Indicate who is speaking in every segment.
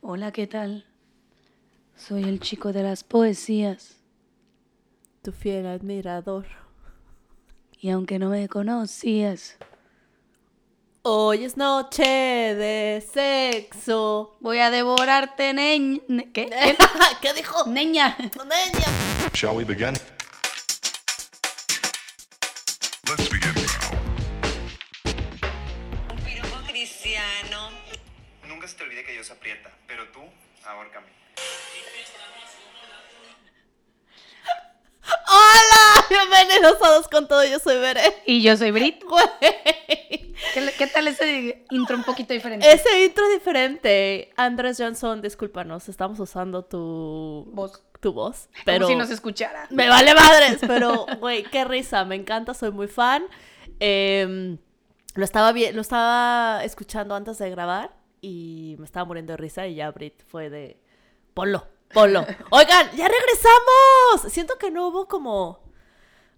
Speaker 1: Hola, ¿qué tal? Soy el chico de las poesías
Speaker 2: Tu fiel admirador.
Speaker 1: y aunque no me conocías,
Speaker 2: Hoy es noche de sexo.
Speaker 1: voy a devorarte, neña. ¿Qué?
Speaker 2: ¿Qué dijo?
Speaker 1: Neña.
Speaker 2: Neña.
Speaker 3: Shall we begin? Let's begin now.
Speaker 4: Un piropo cristiano.
Speaker 5: Nunca se te olvide que Dios aprieta, pero tú, ahórcame.
Speaker 2: ¡Hola! Bienvenidos a Dos con Todo, yo soy Bere.
Speaker 1: Y yo soy Brit.
Speaker 2: Güey.
Speaker 1: ¿Qué, le- qué tal ese intro un poquito diferente?
Speaker 2: Ese intro diferente. Andrés Johnson, discúlpanos, estamos usando tu
Speaker 1: Voz.
Speaker 2: Tu voz.
Speaker 1: Pero...
Speaker 2: Pero
Speaker 1: Como si nos escuchara.
Speaker 2: me vale madres, pero güey, qué risa, me encanta, soy muy fan. Em, lo estaba vi- lo estaba escuchando antes de grabar y me estaba muriendo de risa y ya Brit fue de ponlo, ponlo. Oigan, ya regresamos. Siento que no hubo como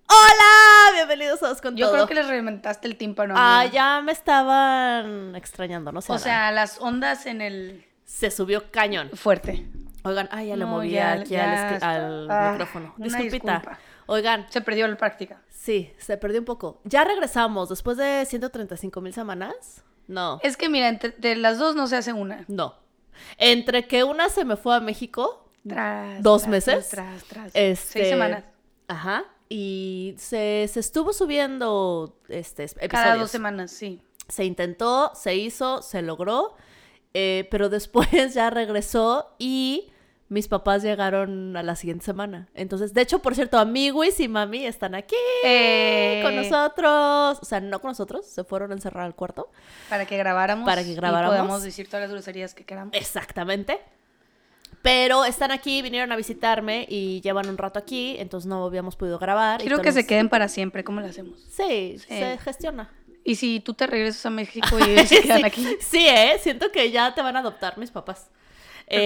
Speaker 2: Hola, bienvenidos a todos con
Speaker 1: Yo
Speaker 2: todo.
Speaker 1: creo que les reventaste el tímpano.
Speaker 2: Ah,
Speaker 1: amiga.
Speaker 2: ya me estaban extrañando, no sé.
Speaker 1: O sea, las ondas en el
Speaker 2: se subió cañón.
Speaker 1: fuerte.
Speaker 2: Oigan, ay, ya lo
Speaker 1: No,
Speaker 2: moví
Speaker 1: ya-
Speaker 2: aquí
Speaker 1: ya
Speaker 2: al, escri-
Speaker 1: está.
Speaker 2: al
Speaker 1: Ah,
Speaker 2: micrófono.
Speaker 1: una
Speaker 2: Disculpita.
Speaker 1: disculpa.
Speaker 2: Oigan,
Speaker 1: Se perdió la práctica.
Speaker 2: Sí, se perdió un poco. Ya regresamos después de 135 mil semanas. No,
Speaker 1: Es que mira, entre, de las dos no se hace una.
Speaker 2: no. Entre que una se me fue a México,
Speaker 1: Tras,
Speaker 2: ¿Dos
Speaker 1: tras,
Speaker 2: meses?
Speaker 1: Tras, tras, tras.
Speaker 2: este,
Speaker 1: Seis semanas.
Speaker 2: Ajá. Y se, se estuvo subiendo este es- episodios.
Speaker 1: Cada dos semanas, sí.
Speaker 2: Se intentó, se hizo, se logró, eh, pero después ya regresó y mis papás llegaron a la siguiente semana. Entonces, de hecho, por cierto, amiguis y mami están aquí
Speaker 1: Eh,
Speaker 2: con nosotros. O sea, no con nosotros, se fueron a encerrar al cuarto.
Speaker 1: Para que grabáramos.
Speaker 2: Para que grabáramos.
Speaker 1: Y podamos decir todas las groserías que queramos.
Speaker 2: Exactamente. Pero están aquí, vinieron a visitarme y llevan un rato aquí, entonces no habíamos podido grabar. y
Speaker 1: Quiero que se
Speaker 2: tenemos-
Speaker 1: queden para siempre. ¿Cómo lo hacemos?
Speaker 2: Sí,
Speaker 1: Sí.
Speaker 2: se gestiona.
Speaker 1: Y si tú te regresas a México y ellos se
Speaker 2: sí,
Speaker 1: quedan aquí.
Speaker 2: sí, ¿eh? Siento que ya te van a adoptar mis papás.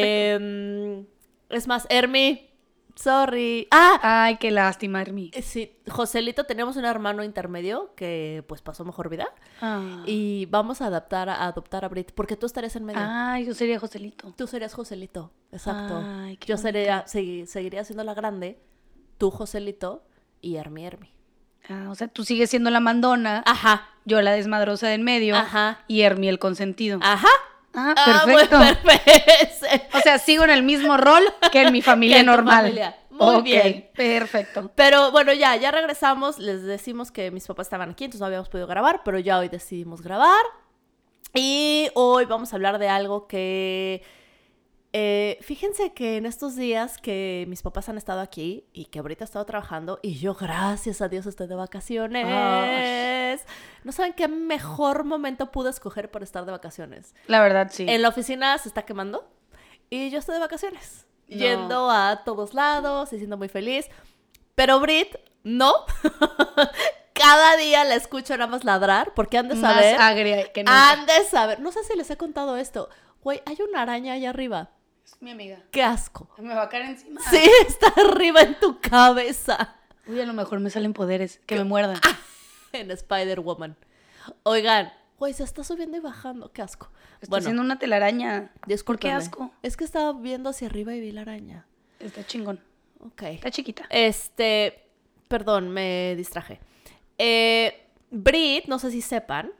Speaker 2: Eh, es más, Hermi, sorry. ¡Ah!
Speaker 1: Ay, qué lástima, Hermi.
Speaker 2: Sí, Joselito, tenemos un hermano intermedio que pues pasó mejor vida
Speaker 1: Ah.
Speaker 2: y vamos a adaptar a adoptar a Brit, porque tú estarías en medio.
Speaker 1: Ay, yo sería Joselito.
Speaker 2: Tú serías Joselito, exacto.
Speaker 1: Ay, qué
Speaker 2: Yo
Speaker 1: bonito.
Speaker 2: sería, segui- seguiría siendo la grande, tú Joselito y Hermi Hermi.
Speaker 1: Ah, o sea, tú sigues siendo la mandona,
Speaker 2: Ajá,
Speaker 1: yo la desmadrosa del medio
Speaker 2: Ah. Ajá.
Speaker 1: y Hermi el consentido.
Speaker 2: ajá.
Speaker 1: Ah,
Speaker 2: Ah, bueno,
Speaker 1: perfecto.
Speaker 2: perfecto.
Speaker 1: O sea, sigo en el mismo rol que en mi familia
Speaker 2: Que en tu
Speaker 1: normal.
Speaker 2: familia. Muy
Speaker 1: Ok,
Speaker 2: bien.
Speaker 1: Perfecto.
Speaker 2: Pero bueno, ya, ya regresamos, les decimos que mis papás estaban aquí, entonces no habíamos podido grabar, pero ya hoy decidimos grabar. Y hoy vamos a hablar de algo que... eh, fíjense que en estos días que mis papás han estado aquí y que ahorita he estado trabajando y yo, gracias a Dios, estoy de vacaciones.
Speaker 1: Ay.
Speaker 2: No saben qué mejor momento pude escoger para estar de vacaciones.
Speaker 1: La verdad, sí.
Speaker 2: En la oficina se está quemando y yo estoy de vacaciones.
Speaker 1: No.
Speaker 2: Yendo a todos lados y siendo muy feliz. Pero Brit, no. Cada día la escucho nada más ladrar porque han de
Speaker 1: Más
Speaker 2: saber.
Speaker 1: agria que nunca.
Speaker 2: Han de saber. No sé si les he contado esto. Güey, hay una araña allá arriba.
Speaker 1: Es mi amiga.
Speaker 2: ¡Qué asco!
Speaker 1: Me va a caer encima.
Speaker 2: Sí, está arriba en tu cabeza.
Speaker 1: Uy, a lo mejor me salen poderes. Que me muerda.
Speaker 2: En Spider-Woman. Oigan, güey, se está subiendo y bajando. ¡Qué asco!
Speaker 1: Estoy haciendo una telaraña. ¿Por qué
Speaker 2: discúlpenme.
Speaker 1: asco?
Speaker 2: Es que estaba viendo hacia arriba y vi la araña.
Speaker 1: Está chingón.
Speaker 2: Ok.
Speaker 1: Está chiquita.
Speaker 2: Este, perdón, me distraje. Eh, Brit, no sé si sepan,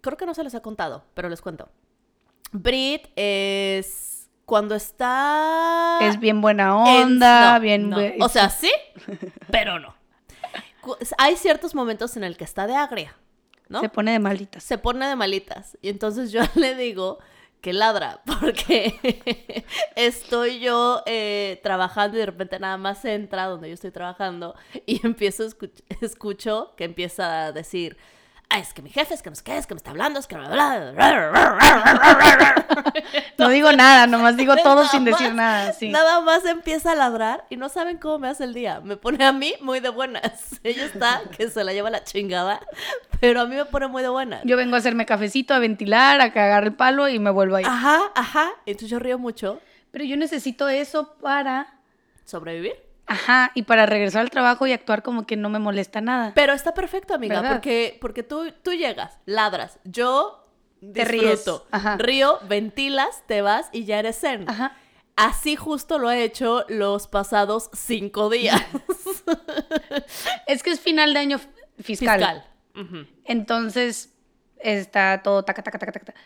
Speaker 2: creo que no se les ha contado, pero les cuento. Brit es cuando está...
Speaker 1: ah, Es bien buena
Speaker 2: en-
Speaker 1: onda,
Speaker 2: no,
Speaker 1: bien...
Speaker 2: no.
Speaker 1: bu-
Speaker 2: O sea, sí, pero no. Cu- Hay ciertos momentos en el que está de agria, ¿no?
Speaker 1: se pone de malditas.
Speaker 2: se pone de malitas. Y entonces yo le digo que ladra, porque estoy yo eh, trabajando y de repente nada más entra donde yo estoy trabajando y empiezo a escuch- escucho que empieza a decir. "Ah, es que mi jefe, es que no sé qué, es que me está hablando, es que bla, bla, bla, bla, bla, bla, bla".
Speaker 1: No digo nada, nomás digo todo
Speaker 2: Nada
Speaker 1: sin decir
Speaker 2: más-
Speaker 1: nada. Sí.
Speaker 2: Nada más empieza a ladrar y no saben cómo me hace el día. Me pone a mí muy de buenas. Ella está que se la lleva la chingada, pero a mí me pone muy de buenas.
Speaker 1: Yo vengo a hacerme cafecito, a ventilar, a cagar el palo y me vuelvo ahí.
Speaker 2: Ajá, ajá. Entonces yo río mucho.
Speaker 1: Pero yo necesito eso para...
Speaker 2: ¿Sobrevivir?
Speaker 1: Ajá, y para regresar al trabajo y actuar como que no me molesta nada.
Speaker 2: Pero está perfecto, amiga,
Speaker 1: ¿Verdad?
Speaker 2: porque, porque tú, tú llegas, ladras. Yo
Speaker 1: Te ríes.
Speaker 2: disfruto.
Speaker 1: Ajá.
Speaker 2: Río, ventilas, te vas y ya eres zen.
Speaker 1: Ajá.
Speaker 2: Así justo lo he hecho los pasados cinco días.
Speaker 1: Es que es final de año f- fiscal.
Speaker 2: Fiscal. Ujú.
Speaker 1: Entonces está todo taca, taca, taca, taca. taca.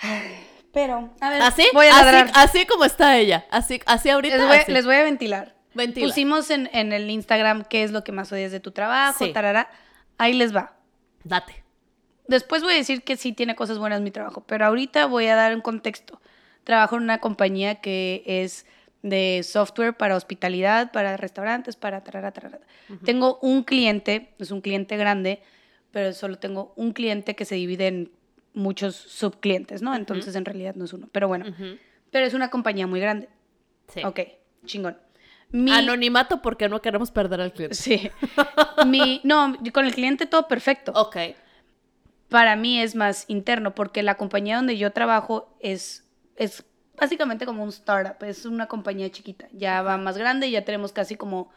Speaker 1: Ay, Pero, a ver,
Speaker 2: Eh, Así,
Speaker 1: voy a ladrar.
Speaker 2: así, así como está ella. Así, así ahorita.
Speaker 1: les, voy,
Speaker 2: así.
Speaker 1: les voy a ventilar.
Speaker 2: Ah, Ventila.
Speaker 1: Pusimos en, en el Instagram qué es lo que más odias de tu trabajo,
Speaker 2: Sí.
Speaker 1: tarará. Ahí les va.
Speaker 2: Date.
Speaker 1: Después voy a decir que sí tiene cosas buenas mi trabajo, pero ahorita voy a dar un contexto. Trabajo en una compañía que es de software para hospitalidad, para restaurantes, para tarara, tarara. Tengo un cliente, es un cliente grande, pero solo tengo un cliente que se divide en muchos subclientes, ¿no? Entonces en realidad no es uno, pero bueno.
Speaker 2: Ujú.
Speaker 1: Pero es una compañía muy grande.
Speaker 2: Sí.
Speaker 1: Ok, chingón. Mi-
Speaker 2: Anonimato porque no queremos perder al cliente.
Speaker 1: Sí. Mi- no, con el cliente todo perfecto
Speaker 2: Ok.
Speaker 1: para mí es más interno, porque la compañía donde yo trabajo es, es básicamente como un startup, es una compañía chiquita, ya va más grande y ya tenemos casi como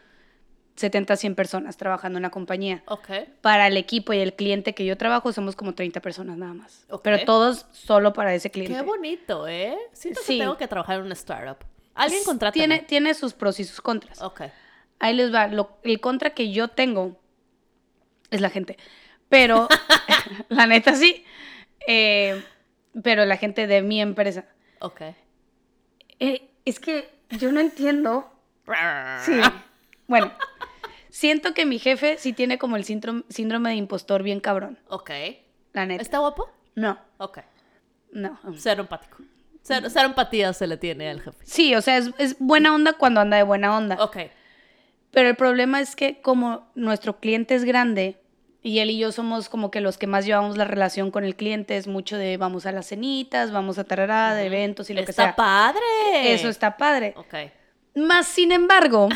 Speaker 1: 70, 100 personas trabajando en la compañía.
Speaker 2: Ok.
Speaker 1: Para el equipo y el cliente que yo trabajo somos como 30 personas nada más,
Speaker 2: Ok.
Speaker 1: pero todos solo para ese cliente.
Speaker 2: Qué bonito, ¿eh? Siento
Speaker 1: Sí.
Speaker 2: que tengo que trabajar en una startup. Alguien contrata.
Speaker 1: Tiene, tiene sus pros y sus contras.
Speaker 2: Ok.
Speaker 1: Ahí les va, lo- el contra que yo tengo es la gente. Pero, la neta sí, eh, pero la gente de mi empresa.
Speaker 2: Ok.
Speaker 1: Eh, es que yo no entiendo. Ah. Sí. Bueno, siento que mi jefe sí tiene como el síndrome, síndrome de impostor bien cabrón.
Speaker 2: Ok.
Speaker 1: La neta.
Speaker 2: ¿Está guapo?
Speaker 1: No,
Speaker 2: Ok.
Speaker 1: no.
Speaker 2: Cero empático. Cero, cero empatía se le tiene al jefe.
Speaker 1: Sí, o sea, es, es buena onda cuando anda de buena onda.
Speaker 2: Ok.
Speaker 1: Pero el problema es que como nuestro cliente es grande y él y yo somos como que los que más llevamos la relación con el cliente, es mucho de vamos a las cenitas, vamos a tarará, de eventos y lo que
Speaker 2: Está
Speaker 1: sea.
Speaker 2: padre.
Speaker 1: Eso está padre.
Speaker 2: Ok.
Speaker 1: Más sin embargo,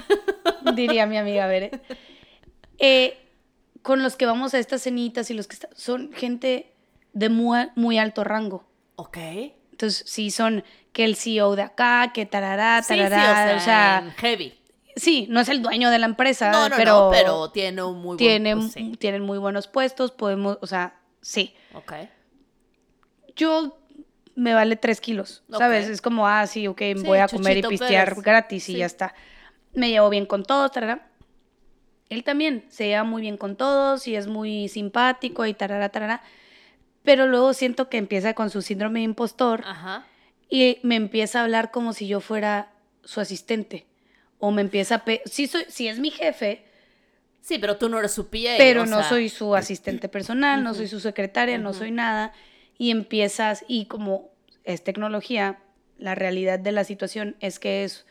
Speaker 1: diría mi amiga Bere, eh, con los que vamos a estas cenitas y los que está- son gente de muy, al- muy alto rango.
Speaker 2: Ok.
Speaker 1: Entonces, sí, son que el CEO de acá, que tarará,
Speaker 2: Sí, sí, o
Speaker 1: Ah, tarará,
Speaker 2: sea,
Speaker 1: o sea,
Speaker 2: en heavy.
Speaker 1: sí, no es el dueño de la empresa,
Speaker 2: No, no,
Speaker 1: pero,
Speaker 2: no, pero tiene un muy buen...
Speaker 1: tienen,
Speaker 2: pues, sí.
Speaker 1: tienen muy buenos puestos, podemos, o sea, sí.
Speaker 2: Ok.
Speaker 1: Yo me vale tres kilos,
Speaker 2: Ok.
Speaker 1: ¿sabes? Es como, ah, sí, ok,
Speaker 2: Sí,
Speaker 1: voy a comer y
Speaker 2: Chuchito
Speaker 1: pistear
Speaker 2: Pérez.
Speaker 1: gratis y
Speaker 2: Sí.
Speaker 1: ya está. Me llevo bien con todos, tarara. Él también se lleva muy bien con todos y es muy simpático y tarara, tarara. Pero luego siento que empieza con su síndrome de impostor
Speaker 2: Ajá.
Speaker 1: y me empieza a hablar como si yo fuera su asistente. O me empieza a... pe- Sí, soy, sí es mi jefe,
Speaker 2: Sí, pero tú no eres su PA.
Speaker 1: pero
Speaker 2: o
Speaker 1: no
Speaker 2: sea,
Speaker 1: soy su asistente personal, no soy su secretaria, no soy nada. Y empiezas, y como es tecnología, la realidad de la situación es que es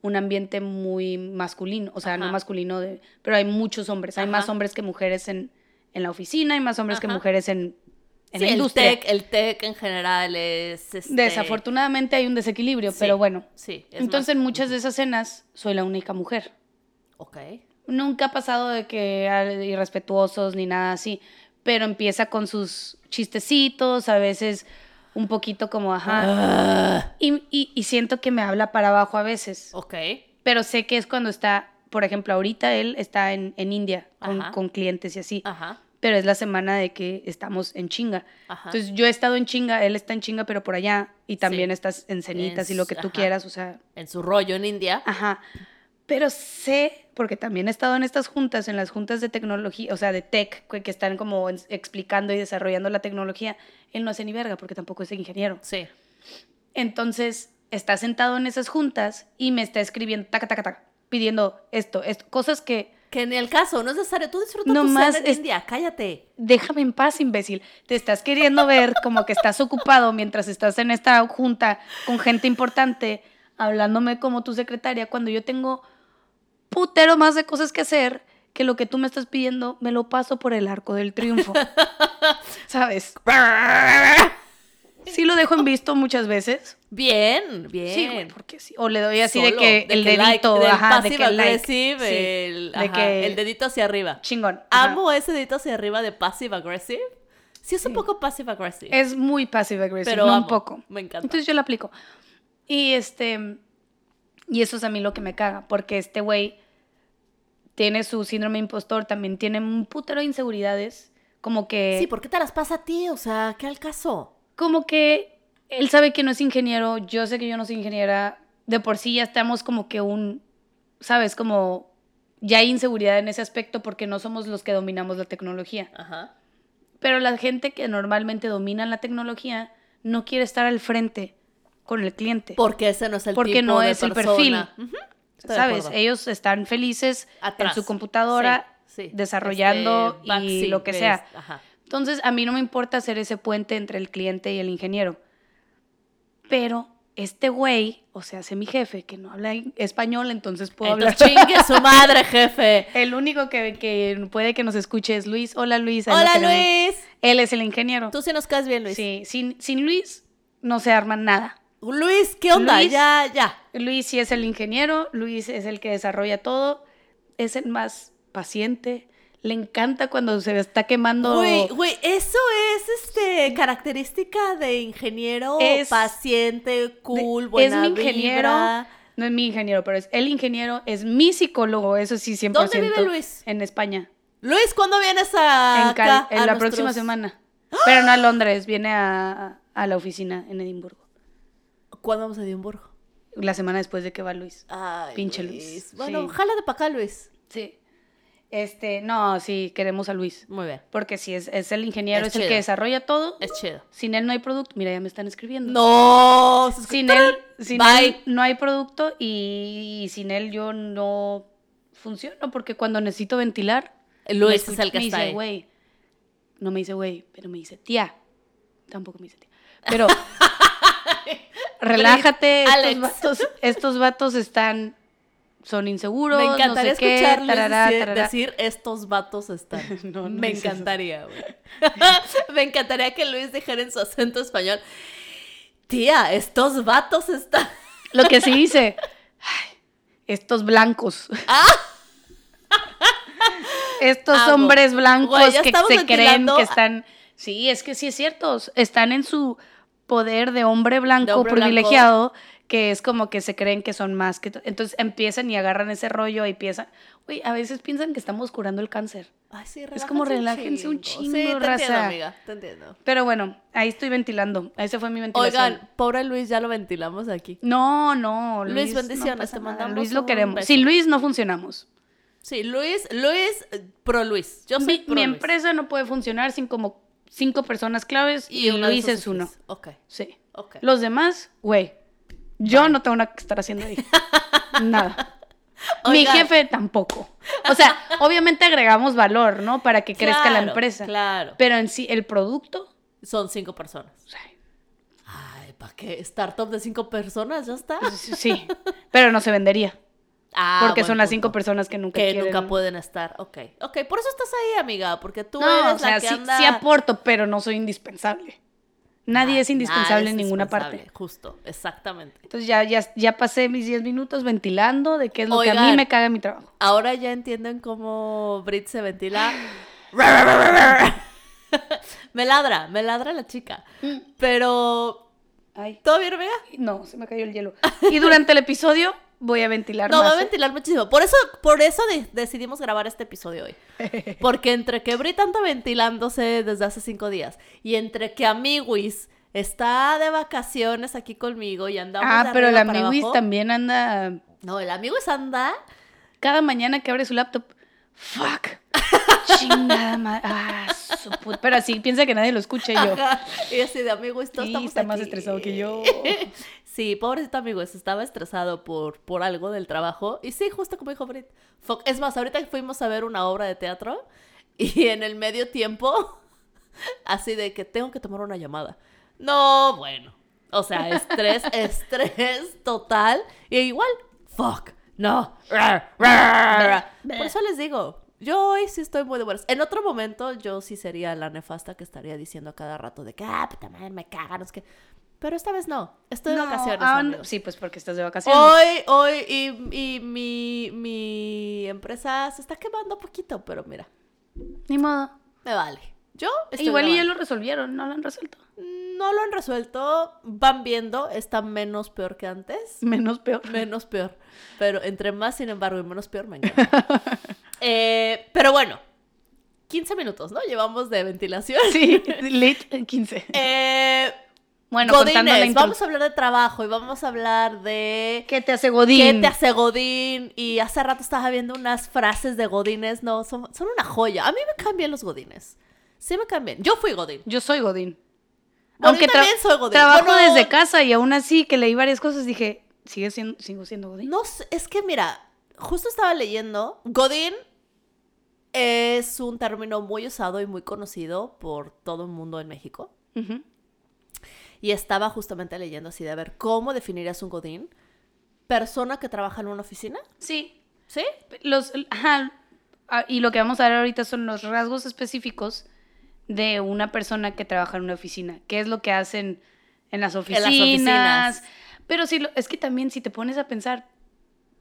Speaker 1: un ambiente muy masculino, o sea, no
Speaker 2: Ajá.
Speaker 1: masculino, de- pero hay muchos hombres, hay más
Speaker 2: Ajá.
Speaker 1: hombres que mujeres en, en la oficina, hay más hombres que
Speaker 2: Ajá.
Speaker 1: mujeres en, en
Speaker 2: Sí,
Speaker 1: la
Speaker 2: el
Speaker 1: industria.
Speaker 2: tech, el tech en general es... este,
Speaker 1: Desafortunadamente hay un desequilibrio,
Speaker 2: sí,
Speaker 1: pero bueno.
Speaker 2: Sí. es
Speaker 1: Entonces, en
Speaker 2: más-
Speaker 1: muchas de esas cenas soy la única mujer.
Speaker 2: Ok.
Speaker 1: Nunca ha pasado de que ah, irrespetuosos ni nada así, pero empieza con sus chistecitos, a veces un poquito como, ajá.
Speaker 2: Ah,
Speaker 1: Y, y- y siento que me habla para abajo a veces,
Speaker 2: ok.
Speaker 1: pero sé que es cuando está, por ejemplo, ahorita él está en, en India con,
Speaker 2: Ajá. Ah.
Speaker 1: con clientes y así,
Speaker 2: Ajá.
Speaker 1: pero es la semana de que estamos en chinga.
Speaker 2: Ajá.
Speaker 1: Entonces yo he estado en chinga, él está en chinga, pero por allá, y también
Speaker 2: Sí.
Speaker 1: estás en cenitas y
Speaker 2: Es-
Speaker 1: lo que tú
Speaker 2: ajá.
Speaker 1: quieras, o sea,
Speaker 2: en su rollo en India.
Speaker 1: Ajá. Pero sé, porque también he estado en estas juntas, en las juntas de tecnología, o sea, de tech, que que están como en- explicando y desarrollando la tecnología, él no hace ni verga porque tampoco es ingeniero.
Speaker 2: Sí.
Speaker 1: Entonces, está sentado en esas juntas y me está escribiendo, taca, taca, taca, pidiendo esto, esto, cosas que
Speaker 2: Que en el caso, no es necesario. Tú disfrutas tu
Speaker 1: Nomás
Speaker 2: cena en
Speaker 1: es-
Speaker 2: India, cállate.
Speaker 1: déjame en paz, imbécil. Te estás queriendo ver como que estás ocupado mientras estás en esta junta con gente importante, hablándome como tu secretaria, cuando yo tengo putero más de cosas que hacer que lo que tú me estás pidiendo, me lo paso por el arco del triunfo. ¿Sabes? Sí lo dejo en visto muchas veces.
Speaker 2: Bien, bien.
Speaker 1: Sí, güey, porque sí. O le doy así de
Speaker 2: Solo,
Speaker 1: que el
Speaker 2: like,
Speaker 1: dedito,
Speaker 2: del
Speaker 1: ajá, de que
Speaker 2: passive
Speaker 1: like,
Speaker 2: aggressive,
Speaker 1: sí,
Speaker 2: el,
Speaker 1: de
Speaker 2: ajá,
Speaker 1: que
Speaker 2: el dedito hacia arriba.
Speaker 1: chingón. ajá.
Speaker 2: Amo ese dedito hacia arriba de passive aggressive. Sí, es un poco passive aggressive.
Speaker 1: Es muy passive aggressive,
Speaker 2: Pero
Speaker 1: Eh, no
Speaker 2: amo,
Speaker 1: un poco.
Speaker 2: me encanta.
Speaker 1: Entonces yo lo aplico. Y este y eso es a mí lo que me caga, porque este güey tiene su síndrome impostor, también tiene un putero de inseguridades Como que,
Speaker 2: Sí, ¿por qué te las pasa a ti? O sea, ¿qué al caso?
Speaker 1: como que él sabe que no es ingeniero, yo sé que yo no soy ingeniera, de por sí ya estamos como que un, sabes, como ya hay inseguridad en ese aspecto porque no somos los que dominamos la tecnología.
Speaker 2: Ajá.
Speaker 1: Pero la gente que normalmente domina la tecnología no quiere estar al frente con el cliente.
Speaker 2: Porque ese no es el
Speaker 1: Porque
Speaker 2: tipo
Speaker 1: no
Speaker 2: de
Speaker 1: es el
Speaker 2: persona.
Speaker 1: perfil.
Speaker 2: Ujú. Estoy de
Speaker 1: ¿Sabes?
Speaker 2: acuerdo.
Speaker 1: Ellos están felices
Speaker 2: Atrás.
Speaker 1: en su computadora
Speaker 2: Sí, sí.
Speaker 1: desarrollando
Speaker 2: Este,
Speaker 1: y
Speaker 2: backseat
Speaker 1: lo que
Speaker 2: de-
Speaker 1: sea.
Speaker 2: Ajá.
Speaker 1: Entonces, a mí no me importa ser ese puente entre el cliente y el ingeniero. Pero este güey, o sea, hace mi jefe, que no habla en- español, entonces puedo
Speaker 2: Entonces,
Speaker 1: hablar.
Speaker 2: chingue su madre, jefe.
Speaker 1: El único que, que puede que nos escuche es Luis. Hola, Luis. ahí lo
Speaker 2: Hola,
Speaker 1: tenemos.
Speaker 2: Luis.
Speaker 1: Él es el ingeniero.
Speaker 2: Tú sí nos caes bien, Luis.
Speaker 1: Sí, sin, sin Luis no se arma nada.
Speaker 2: Luis, ¿qué onda?
Speaker 1: Luis.
Speaker 2: Ya, ya.
Speaker 1: Luis sí es el ingeniero, Luis es el que desarrolla todo, es el más paciente, le encanta cuando se está quemando.
Speaker 2: Güey, güey, eso es este característica de ingeniero
Speaker 1: Es-
Speaker 2: paciente, cool,
Speaker 1: De-
Speaker 2: buena
Speaker 1: es mi ingeniero,
Speaker 2: vibra.
Speaker 1: no es mi ingeniero, pero es el ingeniero, es mi psicólogo, eso sí, 100%.
Speaker 2: ¿Dónde vive Luis?
Speaker 1: En España,
Speaker 2: Luis, ¿cuándo vienes a
Speaker 1: en, Cali,
Speaker 2: acá,
Speaker 1: en
Speaker 2: a
Speaker 1: la
Speaker 2: nuestros-
Speaker 1: próxima semana. Pero no a Londres, viene a, a la oficina en Edimburgo,
Speaker 2: ¿Cuándo vamos a Edimburgo?
Speaker 1: la semana después de que va Luis.
Speaker 2: Ay,
Speaker 1: Pinche Luis,
Speaker 2: Bueno,
Speaker 1: sí.
Speaker 2: jálate para acá, Luis.
Speaker 1: Sí. Este, no, sí, queremos a Luis,
Speaker 2: Muy bien.
Speaker 1: porque sí, es, es el ingeniero,
Speaker 2: Es
Speaker 1: es, el que
Speaker 2: chido.
Speaker 1: desarrolla todo.
Speaker 2: Es chido.
Speaker 1: Sin él no hay producto. Mira, ya me están escribiendo.
Speaker 2: No, se escu-
Speaker 1: Sin él, sin
Speaker 2: Bye.
Speaker 1: él no hay producto y, y sin él yo no funciono porque cuando necesito ventilar, me
Speaker 2: Luis es
Speaker 1: escucha-
Speaker 2: el que
Speaker 1: me
Speaker 2: está
Speaker 1: dice,
Speaker 2: ahí.
Speaker 1: güey. No me dice, güey, pero me dice, tía. Tampoco me dice, tía. Pero relájate, estos
Speaker 2: Alex.
Speaker 1: vatos, estos vatos están, son inseguros,
Speaker 2: Me
Speaker 1: no
Speaker 2: encantaría
Speaker 1: sé qué,
Speaker 2: escuchar Luis
Speaker 1: tarará,
Speaker 2: decir,
Speaker 1: tarará".
Speaker 2: decir, estos vatos están.
Speaker 1: No, no
Speaker 2: Me
Speaker 1: es eso.
Speaker 2: encantaría, güey. Me encantaría que Luis dijera en su acento español, tía, estos vatos están.
Speaker 1: Lo que sí dice, "Ay, estos blancos. estos
Speaker 2: Ah. Amo.
Speaker 1: hombres blancos
Speaker 2: Güey, ya
Speaker 1: que
Speaker 2: estamos
Speaker 1: se creen
Speaker 2: ventilando
Speaker 1: que
Speaker 2: a-
Speaker 1: están. Sí, es que sí es cierto. Están en su poder de hombre blanco
Speaker 2: De hombre
Speaker 1: privilegiado, que es como que se creen que son más que. to- Entonces empiezan y agarran ese rollo y piensan. Güey, a veces piensan que estamos curando el cáncer.
Speaker 2: Ay, sí,
Speaker 1: Es como relájense un chingo,
Speaker 2: Sí, te entiendo,
Speaker 1: raza.
Speaker 2: amiga, te entiendo.
Speaker 1: Pero bueno, ahí estoy ventilando. Ese fue mi ventilación.
Speaker 2: Oigan, pobre Luis, ya lo ventilamos aquí.
Speaker 1: No, no.
Speaker 2: Luis,
Speaker 1: Luis, no
Speaker 2: bendiciones,
Speaker 1: pasa
Speaker 2: te
Speaker 1: nada,
Speaker 2: mandamos
Speaker 1: Luis lo
Speaker 2: un
Speaker 1: queremos.
Speaker 2: beso.
Speaker 1: Sin Luis no funcionamos.
Speaker 2: Sí, Luis, Luis, eh, pro Luis. Yo soy
Speaker 1: Mi,
Speaker 2: pro
Speaker 1: mi
Speaker 2: Luis.
Speaker 1: empresa no puede funcionar sin como cinco personas claves y,
Speaker 2: una de
Speaker 1: Luis
Speaker 2: sus
Speaker 1: es uno.
Speaker 2: jefes. Ok,
Speaker 1: Sí.
Speaker 2: ok.
Speaker 1: Los demás, güey. Yo no tengo nada que estar haciendo ahí. Nada. Mi
Speaker 2: Oigan.
Speaker 1: jefe tampoco. O sea, obviamente agregamos valor, ¿no? Para que crezca la
Speaker 2: Claro,
Speaker 1: empresa.
Speaker 2: Claro.
Speaker 1: Pero en sí, el producto.
Speaker 2: Son cinco personas.
Speaker 1: o sea,
Speaker 2: Ay, ¿para qué? Startup de cinco personas, ya está.
Speaker 1: pues, sí. Pero no se vendería.
Speaker 2: Ah,
Speaker 1: Porque
Speaker 2: buen
Speaker 1: son las
Speaker 2: punto.
Speaker 1: cinco personas que nunca
Speaker 2: que
Speaker 1: quieren.
Speaker 2: nunca pueden estar. Ok, ok, por eso estás ahí, amiga, porque tú
Speaker 1: No,
Speaker 2: eres
Speaker 1: o sea,
Speaker 2: la que
Speaker 1: sí,
Speaker 2: anda...
Speaker 1: sí aporto, pero no soy indispensable. Nadie es indispensable en ninguna parte.
Speaker 2: Justo, exactamente.
Speaker 1: Entonces ya, ya, ya pasé mis 10 minutos ventilando de qué es lo que a mí
Speaker 2: Oigan.
Speaker 1: me caga mi trabajo.
Speaker 2: Ahora ya entienden cómo Brit se ventila. me ladra, me ladra la chica.
Speaker 1: Mm.
Speaker 2: Pero,
Speaker 1: Ay,
Speaker 2: ¿todo bien, amiga?
Speaker 1: no, se me cayó el hielo. Y durante el episodio voy a ventilar
Speaker 2: No,
Speaker 1: más.
Speaker 2: va a
Speaker 1: ¿eh?
Speaker 2: ventilar muchísimo. Por eso, por eso de- decidimos grabar este episodio hoy. Porque entre que Brit anda ventilándose desde hace cinco días y entre que Amiguis está de vacaciones aquí conmigo y andamos
Speaker 1: Ah,
Speaker 2: de
Speaker 1: pero el
Speaker 2: arriba para
Speaker 1: amiguis
Speaker 2: abajo.
Speaker 1: también anda
Speaker 2: No, el Amiguis anda...
Speaker 1: cada mañana que abre su laptop. Fuck. Chingada madre. Ah, su put- Pero así piensa que nadie lo escuche y yo.
Speaker 2: Ajá. Y así de Amiguis, todos
Speaker 1: Sí,
Speaker 2: estamos
Speaker 1: está más
Speaker 2: aquí".
Speaker 1: estresado que yo.
Speaker 2: Sí, pobrecito Amiguis, estaba estresado por, por algo del trabajo. Y sí, justo como dijo Brit. Fuck. Es más, ahorita fuimos a ver una obra de teatro y en el medio tiempo... así de que tengo que tomar una llamada. No, bueno. O sea, estrés, estrés total. Y igual, fuck, no. Rar, rar, rar. Por eso les digo, yo hoy sí estoy muy de buenas. En otro momento, yo sí sería la nefasta que estaría diciendo a cada rato de que, ah, puta madre, me cagan, es que. Pero esta vez no. Estoy de
Speaker 1: No,
Speaker 2: vacaciones.
Speaker 1: ah, no.
Speaker 2: amigos.
Speaker 1: Sí, pues porque estás de vacaciones.
Speaker 2: Hoy, hoy, y, y mi, mi empresa se está quemando poquito, pero mira,
Speaker 1: Ni modo.
Speaker 2: me vale. Yo estoy
Speaker 1: Igual y ya
Speaker 2: grabando.
Speaker 1: lo resolvieron, no lo han resuelto.
Speaker 2: No lo han resuelto, van viendo, está menos peor que antes.
Speaker 1: Menos peor.
Speaker 2: Menos peor. Pero entre más, sin embargo, y menos peor, me encanta. Eh, pero bueno, 15 minutos, ¿no? Llevamos de ventilación.
Speaker 1: Sí, late 15.
Speaker 2: Eh,
Speaker 1: Bueno, contando la
Speaker 2: Godines,
Speaker 1: intro.
Speaker 2: vamos a hablar de trabajo y vamos a hablar de
Speaker 1: ¿Qué te hace Godín?
Speaker 2: ¿Qué te hace Godín? Y hace rato estaba viendo unas frases de Godines. No, son, son una joya. A mí me cambian los Godines. Sí me cambian. Yo fui Godín.
Speaker 1: Yo soy Godín.
Speaker 2: Bueno, yo
Speaker 1: tra-
Speaker 2: también soy Godín.
Speaker 1: trabajo
Speaker 2: Bueno,
Speaker 1: desde casa y aún así que leí varias cosas dije, sigue siendo, sigo siendo Godín.
Speaker 2: No sé, es que mira, justo estaba leyendo. Godín es un término muy usado y muy conocido por todo el mundo en México.
Speaker 1: Ujú.
Speaker 2: Y estaba justamente leyendo así de a ver cómo definirías un Godín. Persona que trabaja en una oficina.
Speaker 1: Sí,
Speaker 2: ¿Sí?
Speaker 1: los, ajá, ah, y lo que vamos a ver ahorita son los rasgos específicos de una persona que trabaja en una oficina. ¿Qué es lo que hacen en las
Speaker 2: las
Speaker 1: oficinas?
Speaker 2: oficinas.
Speaker 1: Pero sí, lo- es que también si te pones a pensar,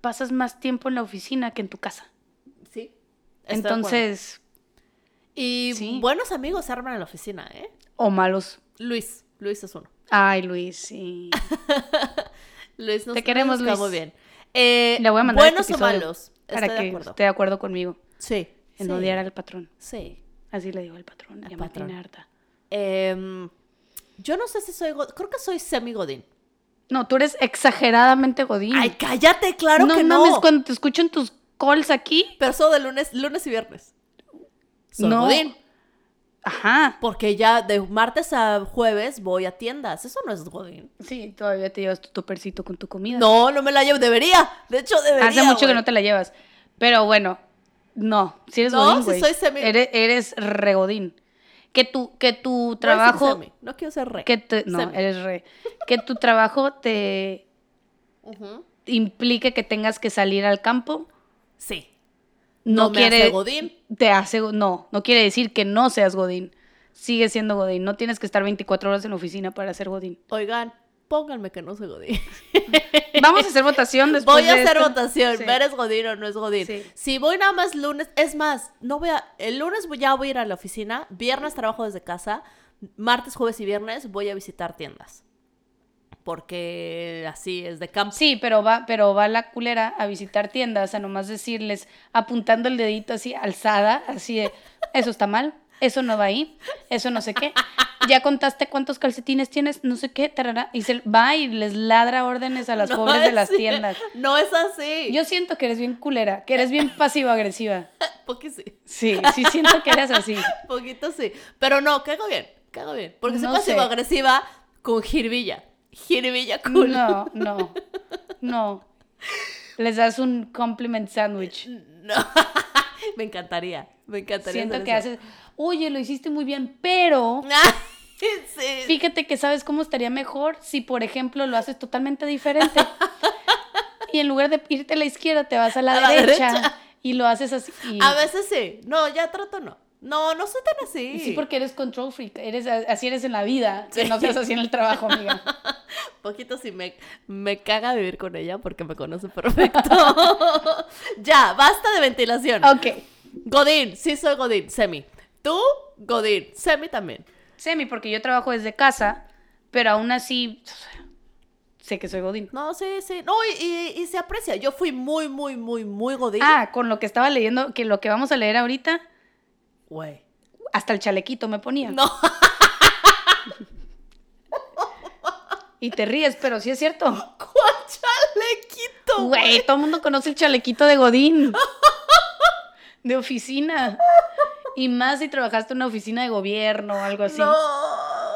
Speaker 1: pasas más tiempo en la oficina que en tu casa.
Speaker 2: Sí. Estoy de acuerdo.
Speaker 1: Entonces,
Speaker 2: Y
Speaker 1: Sí.
Speaker 2: buenos amigos se arman en la oficina, ¿eh?
Speaker 1: o malos.
Speaker 2: Luis, Luis es uno.
Speaker 1: Ay, Luis, sí.
Speaker 2: Luis nos
Speaker 1: Te queremos,
Speaker 2: nos cae
Speaker 1: Luis.
Speaker 2: muy bien. Eh,
Speaker 1: Le voy a mandar
Speaker 2: buenos
Speaker 1: este
Speaker 2: o
Speaker 1: episodio
Speaker 2: malos.
Speaker 1: para
Speaker 2: Estoy
Speaker 1: que
Speaker 2: de acuerdo.
Speaker 1: esté de acuerdo conmigo
Speaker 2: Sí.
Speaker 1: en
Speaker 2: sí,
Speaker 1: odiar al patrón.
Speaker 2: Sí.
Speaker 1: Así le digo al patrón,
Speaker 2: Al
Speaker 1: ya me tiene
Speaker 2: patrón.
Speaker 1: harta.
Speaker 2: Em, yo no sé si soy go- creo que soy semi godín.
Speaker 1: No, tú eres exageradamente godín.
Speaker 2: Ay, cállate, claro
Speaker 1: no
Speaker 2: que no.
Speaker 1: mames, cuando te escucho en tus calls aquí,
Speaker 2: Pero solo de lunes, lunes y viernes. Soy
Speaker 1: No.
Speaker 2: godín,
Speaker 1: ajá.
Speaker 2: porque ya de martes a jueves voy a tiendas. Eso no es godín.
Speaker 1: Sí, todavía te llevas tu topercito con tu comida.
Speaker 2: No, no me la llevo, debería. De hecho, debería.
Speaker 1: hace mucho que
Speaker 2: güey.
Speaker 1: no te la llevas. Pero bueno, no, si eres
Speaker 2: No,
Speaker 1: godín, güey.
Speaker 2: sí soy semi-
Speaker 1: Eres, eres re godín. Que tu que tu
Speaker 2: Voy a decir
Speaker 1: trabajo
Speaker 2: semi, No quiero ser re.
Speaker 1: que te- no,
Speaker 2: Semi.
Speaker 1: eres re que tu trabajo te
Speaker 2: Ujú.
Speaker 1: implique que tengas que salir al campo.
Speaker 2: Sí.
Speaker 1: No,
Speaker 2: me
Speaker 1: quiere
Speaker 2: hace godín.
Speaker 1: te hace go- no, no quiere decir que no seas godín. Sigue siendo godín, no tienes que estar 24 horas en la oficina para ser godín.
Speaker 2: Oigan, pónganme que no soy Godín.
Speaker 1: Vamos a hacer votación después
Speaker 2: Voy a
Speaker 1: de
Speaker 2: hacer
Speaker 1: esto.
Speaker 2: votación.
Speaker 1: Sí.
Speaker 2: ¿Eres Godín o no es Godín?
Speaker 1: Sí.
Speaker 2: Si voy nada más lunes, es más, no voy a. El lunes voy- ya voy a ir a la oficina. Viernes trabajo desde casa. Martes, jueves y viernes voy a visitar tiendas. Porque así es de campo.
Speaker 1: Sí, pero va, pero va la culera a visitar tiendas, a nomás decirles, apuntando el dedito así, alzada, así de, eso está mal, eso no va ahí, eso no sé qué. Ya contaste cuántos calcetines tienes, no sé qué, tarara, y se va y les ladra órdenes a las
Speaker 2: No
Speaker 1: pobres de
Speaker 2: es-
Speaker 1: las tiendas.
Speaker 2: No es así.
Speaker 1: Yo siento que eres bien culera, que eres bien pasivo-agresiva.
Speaker 2: Porque sí.
Speaker 1: Sí, sí siento que eres así.
Speaker 2: Poquito sí. Pero no, cago bien. Cago bien. Porque soy
Speaker 1: No sé.
Speaker 2: pasivo agresiva con jirvilla. Jirvilla cool.
Speaker 1: No, no, no. Les das un compliment sandwich.
Speaker 2: No. me encantaría. Me encantaría.
Speaker 1: Siento
Speaker 2: hacer
Speaker 1: que
Speaker 2: eso.
Speaker 1: haces, oye, lo hiciste muy bien, pero
Speaker 2: sí.
Speaker 1: fíjate que sabes cómo estaría mejor si, por ejemplo, lo haces totalmente diferente. Y en lugar de irte a la izquierda, te vas a la,
Speaker 2: A la
Speaker 1: derecha,
Speaker 2: derecha.
Speaker 1: y lo haces así. Y-
Speaker 2: A veces sí. No, ya trato no. No, no soy tan así.
Speaker 1: Sí, porque eres control freak, eres, así eres en la vida, que no seas así en el trabajo, amiga.
Speaker 2: Poquito sí me, me caga vivir con ella porque me conoce perfecto. ya, basta de ventilación.
Speaker 1: Ok,
Speaker 2: Godín, sí soy Godín, semi. Tú, Godín, semi también.
Speaker 1: semi, porque yo trabajo desde casa, pero aún así sé que soy godín.
Speaker 2: No, sí, sí. No, y, y- y se aprecia. Yo fui muy, muy, muy, muy Godín.
Speaker 1: Ah, con lo que estaba leyendo, que lo que vamos a leer ahorita,
Speaker 2: Güey.
Speaker 1: hasta el chalequito me ponía.
Speaker 2: No.
Speaker 1: Y te ríes, pero sí es cierto.
Speaker 2: ¿Cuál chalequito?
Speaker 1: Güey, todo el mundo conoce el chalequito de Godín. De oficina. Y más si trabajaste en una oficina de gobierno o algo así.
Speaker 2: No.